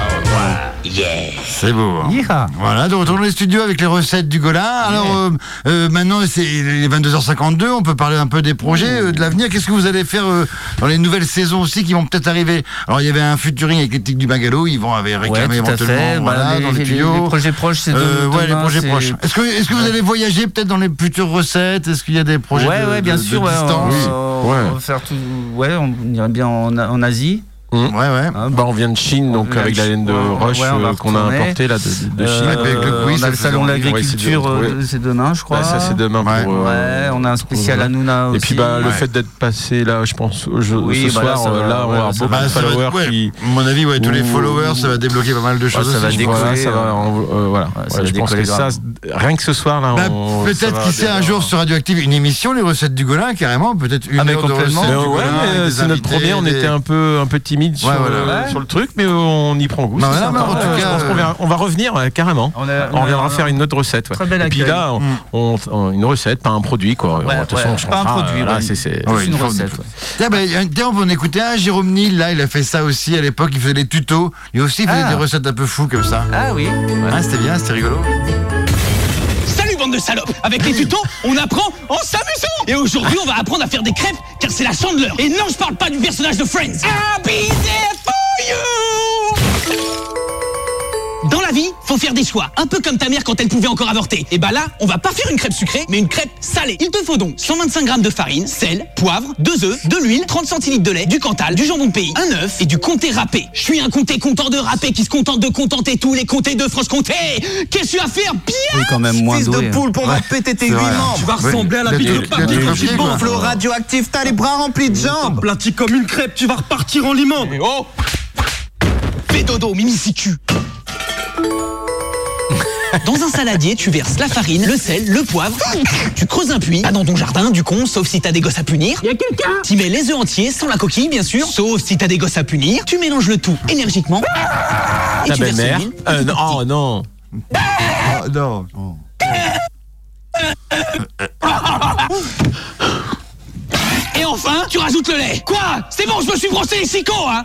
C'est beau. hein. Yeeha. Voilà, de retour dans les studios avec les recettes du Golin. Alors euh, euh, maintenant, c'est les 22h52, on peut parler un peu des projets, euh, de l'avenir. Qu'est-ce que vous allez faire euh, dans les nouvelles saisons aussi qui vont peut-être arriver Alors il y avait un futuring avec les Tics du Bungalow, ils vont avec Ouais, réclamer tout à éventuellement fait. voilà, Voilà, dans les, les les- studios. les projets proches, c'est Euh, demain, ouais, les projets c'est- proches. Est-ce que, est-ce que vous allez voyager peut-être dans les futures recettes Est-ce qu'il y a des projets ouais, de, ouais, bien de- de sûr. ouais, on, distance on- Ouais. on va faire tout. Ouais, on irait bien en, en Asie. Ouais, ouais. Hein, Bah, on vient de Chine, donc vient avec de la laine de Chine. roche Ouais, on va euh, qu'on a retourner. importée là, de, de Chine. Ouais, avec le quiz, on a le ça salon de faisait envie. l'agriculture, Ouais, c'est euh, c'est demain, je crois. Ouais, Bah, ça c'est demain Ouais. pour. Ouais, euh, on a un spécial Ouais. Hanouna aussi. Et puis bah, le Ouais. fait d'être passé là, je pense, au jeu- Oui, ce bah, là, soir, ça euh, là, va, on va ouais, avoir ça beaucoup Bah, de ça va être- followers ouais, qui. à mon avis, ouais, tous les Ouh. followers, ça va débloquer pas mal de choses. ça va aussi, je décoller. pense. Voilà, ça va, on- euh, voilà. ça Voilà, va je pense que décoller ça, grave. rien que ce soir là, Bah, on- ça peut-être va qui sait un déjà- jour sur Radioactive une émission les recettes du Golin carrément peut-être une Ah, mais heure de complètement. recettes Mais du ouais, Golin, mais, avec euh, des c'est notre invités, premier, on des- était un peu, un peu timide sur, Ouais, voilà. euh, Ouais. sur le truc, mais on y prend goût. Bah c'est voilà, sympa. mais en tout Euh, cas, je pense qu'on verra- on va revenir euh, carrément. On On, a- on a- viendra on a- faire une autre recette. ouais. Très bel Et puis accueil. là, on- on- on- une recette, pas un produit quoi. Ouais, De toute ouais, façon, on pas un fera, euh, produit, là, ouais. c'est- c'est- Ouais, C'est une il faut- recette. ouais. Tiens, bah, y a- tiens, on peut en écouter un Jérôme Nil là il a fait ça aussi à l'époque il faisait des tutos lui aussi il faisait Ah. des recettes un peu fous comme ça Ah oui. Ah, c'était bien c'était rigolo Salut bande de salopes Avec les tutos, on apprend en s'amusant Et aujourd'hui, on va apprendre à faire des crêpes, car c'est la chandeleur Et non, je parle pas du personnage de Friends Happy day for you Dans la vie, faut faire des choix, un peu comme ta mère quand elle pouvait encore avorter. Et bah là, on va pas faire une crêpe sucrée, mais une crêpe salée. Il te faut donc 125 g de farine, sel, poivre, 2 œufs, de l'huile, 30 centilitres de lait, du cantal, du jambon de pays, un œuf et du comté râpé. Je suis un comté content de râpé qui se contente de contenter tous les comtés de France-Comté. Qu'est-ce que tu as à faire bien Oui, quand même moins Fils doué. hein. de poule, on va Ouais, te péter tes c'est huit vrai. membres. Tu vas Ouais. ressembler à la Le- pique le- de pape. le- le- Tu le- le- gonfles au hein. radioactif, t'as les bras remplis de jambes. Plati comme une crêpe, tu vas repartir en limande. oh Fais dodo, mimi si cul. Dans un saladier, tu verses la farine, le sel, le poivre. Tu creuses un puits, pas dans ton jardin, du con, sauf si t'as des gosses à punir. Y a quelqu'un T'y mets les œufs entiers, sans la coquille, bien sûr, sauf si t'as des gosses à punir. Tu mélanges le tout énergiquement. Et Ta tu verses belle-mère. l'huile. Euh, non, oh, non. Ah, non Et enfin, tu rajoutes le lait. Quoi C'est bon, je me suis brossé les chicots, hein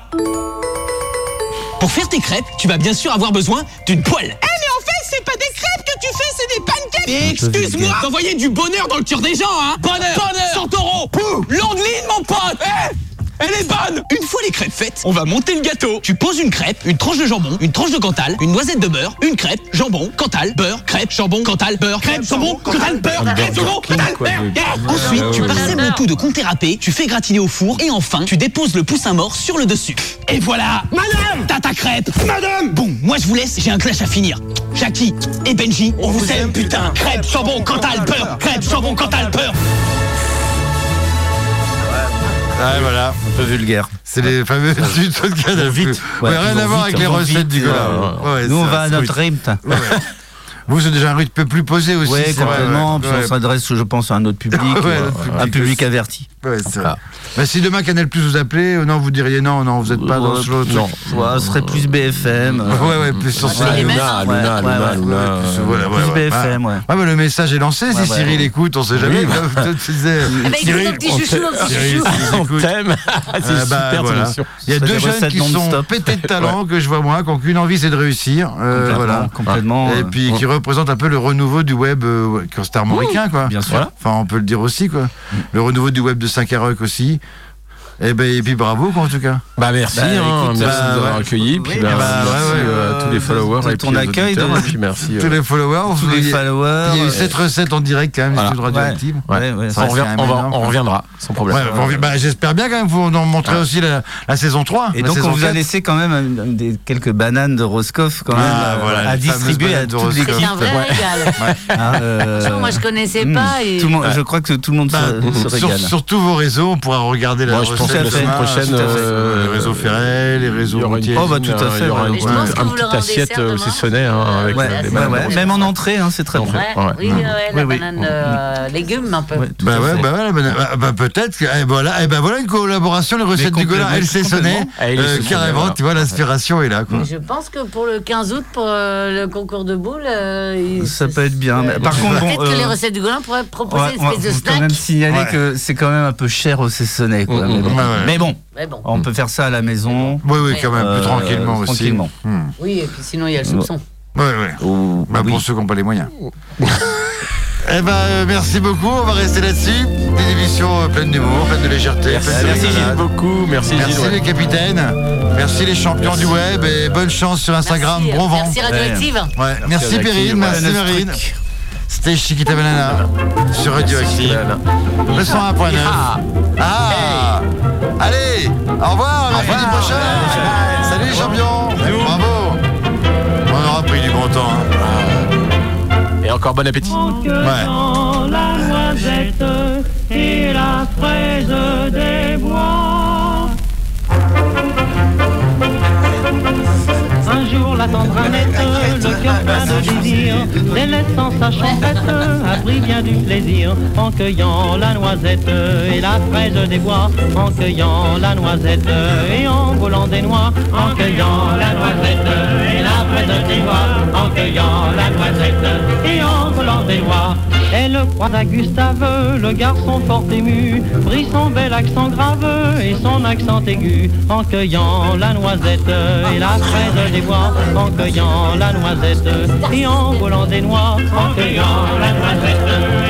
Pour faire tes crêpes, tu vas bien sûr avoir besoin d'une poêle. Eh, mais en fait, c'est pas des crêpes que tu fais, c'est des pancakes Excuse-moi T'envoyais du bonheur dans le cœur des gens, hein Bonheur Bonheur Santoro Pouh Londeline, mon pote Eh elle est bonne Une fois les crêpes faites, on va monter le gâteau. Tu poses une crêpe, une tranche de jambon, une tranche de cantal, une noisette de beurre, une crêpe, jambon, cantal, beurre, crêpe, jambon, cantal, beurre, crêpe, jambon, cantal, beurre, crêpe, jambon, cantal, quoi, beurre. de- Eh, Ensuite, tu Ouais, ouais, parsèmes le tout de comté râpé, tu fais gratiner au four et enfin, tu déposes le poussin mort sur le dessus. Et voilà Madame T'as ta crêpe Madame Bon, moi je vous laisse, j'ai un clash à finir. Jackie et Benji, on, vous aime, putain Crêpe, jambon, cantal, beurre, crêpe, jambon, cantal, beurre ah voilà Un peu vulgaire. c'est les fameux tutos de Canal+. Ouais, Ouais, ils rien vont à vite, voir avec les ils vont recettes vite, du Golin euh, Ouais, Nous, on ça, va à c'est- notre rythme. Ouais, ouais. vous c'est déjà un rythme plus posé aussi Oui, c'est vrai, complètement. ouais, Puis ouais. Ah on s'adresse, je pense, à un autre public, Ouais, euh, notre public un public aussi. averti. Ouais, c'est vrai. Bah, si demain Canal Plus vous appelez, euh, non, vous diriez non, non, vous n'êtes pas dans ce Ouais, truc. non, ouais, ce serait plus BFM. euh, Ouais, ouais, plus sur ouais, ça. ouais, Luna, ouais, Luna, ouais, Luna, ouais. Luna. Plus, voilà, ouais, Plus ouais. BFM, ouais. Ah, bah, le message est lancé. si ouais. Cyril écoute, on sait jamais. comme toi, tu disais. bah, écoute, Cyril, un petit on chouchou, sait- un hein, petit Cyril, chouchou. si On t'écoutes. t'aime. C'est Ah, une bah, super voilà. solution. Il y Ce serait a deux des jeunes recettes qui sont non-stop. pétés de talent que je vois moi, qui n'ont qu'une envie, c'est de réussir. Euh, Complètement, Voilà. Complètement. Et euh, puis qui représente un peu le renouveau du web euh, star-mauricain, quoi. bien sûr. Mm. Enfin, on peut le dire aussi, quoi. Le renouveau du web de Saint-Caroc aussi. Eh ben, et puis bravo, quoi, en tout cas. Bah merci, hein, merci de nous avoir accueillis. Puis bah, merci euh, à tous les followers et ton puis aux accueil, auditeurs, de- et puis merci. Tous euh, les followers, tous vous les voyez- followers, Il y a eu euh, cette recette en direct quand même voilà. sur le radioactive. Ouais. Ouais, ouais, ça, On revient- c'est un on va- énorme. on reviendra, sans problème. Ouais, bon, bah, J'espère bien quand même, vous nous montrer aussi la, la saison 3. Et la donc, saison on vous a 4. laissé quand même euh, des, quelques bananes de Roscoff quand Ah, même, euh, voilà, à les fameuses distribuer à bananes de toute Roscoff. l'équipe. C'est un vrai Ouais. régal. Hein, euh, Franchement, moi, je connaissais pas et- tout le monde- Ouais. Je crois que tout le monde se- Bah, se, sur, régale. sur tous vos réseaux, on pourra regarder la Moi, je recette pense que la semaine demain, prochaine, tout à fait. euh, les réseaux ferrés, les réseaux il y aura une routiers. cuisine, euh, il y aura une- un petit assiette euh, aussi sonnet hein, avec Ouais, euh, des ouais, bananes ouais. roses. Même en entrée, hein, c'est très bon. Ouais, oui, ouais, la banane euh, légumes un peu. Bah ouais, bah voilà, bah, bah, bah, peut-être. que- Eh, voilà, eh ben voilà une collaboration, les recettes du Golin, complètement, elle s'est sonnée. complètement. Eh, il est euh, sous- Carrément, voilà. tu vois, l'inspiration est là. Quoi. Mais Je pense que pour le 15 août, pour euh, le concours de boules, euh, il- Ça peut être bien. mais Par contre, peut-être bon, que euh, les recettes du Golin pourraient proposer Ouais, une on espèce de faut snack. quand même signaler Ouais. que c'est quand même un peu cher au saisonnier. quoi. Mm, mais, bon. mm, ouais, ouais. Mais bon, Mais bon. on peut faire ça à la maison. Euh, Oui, oui, quand même, plus tranquillement aussi. tranquillement. Oui, et puis sinon, il y a le soupçon. Ouais, ouais. Bah, Pour ceux qui n'ont pas les moyens. eh ben, euh, merci beaucoup, on va rester là-dessus. Une émission euh, pleine d'humour, pleine de légèreté. Merci, pleine de merci rigolade. Gilles beaucoup, merci, Merci Gilles. ouais. les capitaines, merci les champions du web et bonne chance sur Instagram, Merci, euh, bon vent. merci Radioactive. Ouais. Ouais, Merci, Radioactive, Perrine, ouais. merci Banana Marine. C'était Chiquita Banana sur Radioactive. Chiquita Le 101.9. Ah Allez, au revoir, à mercredi prochain. Salut les champions. Bravo. On aura pris du bon temps. hein. Et encore bon appétit. Oh, dans la noisette et la fraise des bois. Un jour la tendre Annette, le cœur plein de désir, délaissant sa champette, a pris bien du plaisir en cueillant la noisette et la fraise des bois, en cueillant la noisette et en volant des noix, en cueillant la noisette et la fraise des bois, en cueillant la noisette et en volant des noix. Elle croisa Gustave, le garçon fort ému, prit son bel accent grave et son accent aigu, en cueillant la noisette et la fraise des bois, en cueillant la noisette et en volant des noix, en cueillant la noisette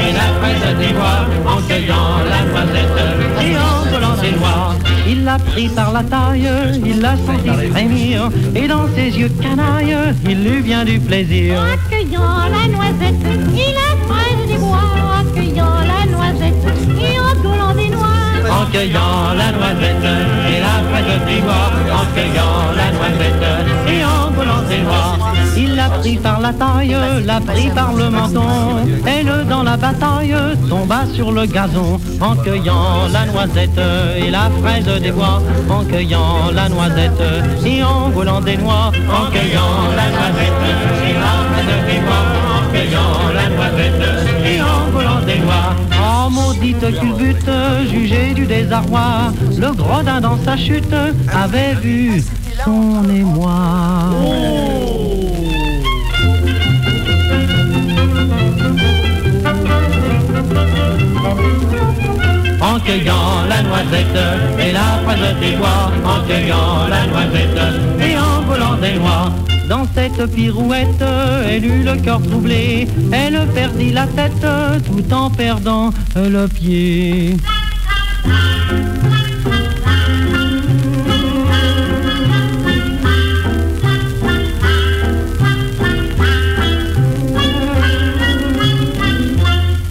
et la fraise des bois, en cueillant la noisette et en volant des noix. Il l'a pris par la taille, il l'a senti frémir, et dans ses yeux canaille, il eut bien du plaisir. En cueillant la noisette et la fraise des bois, en cueillant la noisette et en coulant des noix. en cueillant la noisette et la fraise du bois, en cueillant la noisette et en volant ses noix. Il l'a pris par la taille, l'a pris par le menton, elle dans la bataille tomba sur le gazon, en cueillant la noisette et la fraise des bois, en cueillant la noisette et en volant des noix, en cueillant la noisette et la fraise des bois, en cueillant la noisette et en volant des noix. Oh maudite culbute, jugée du désarroi, le gredin dans sa chute avait vu son émoi. En cueillant la noisette et la fraise des bois, en cueillant la noisette et en volant des noix. Dans cette pirouette, elle eut le corps troublé, elle perdit la tête tout en perdant le pied.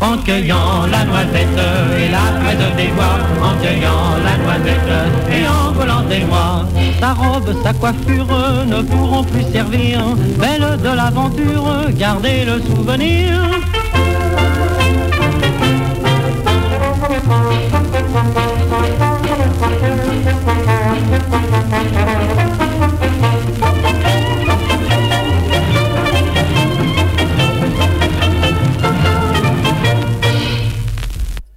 En cueillant la noisette et la fraise des bois, en cueillant la noisette et en volant des noix. Sa robe, sa coiffure ne pourront plus servir, belle de l'aventure, gardez le souvenir.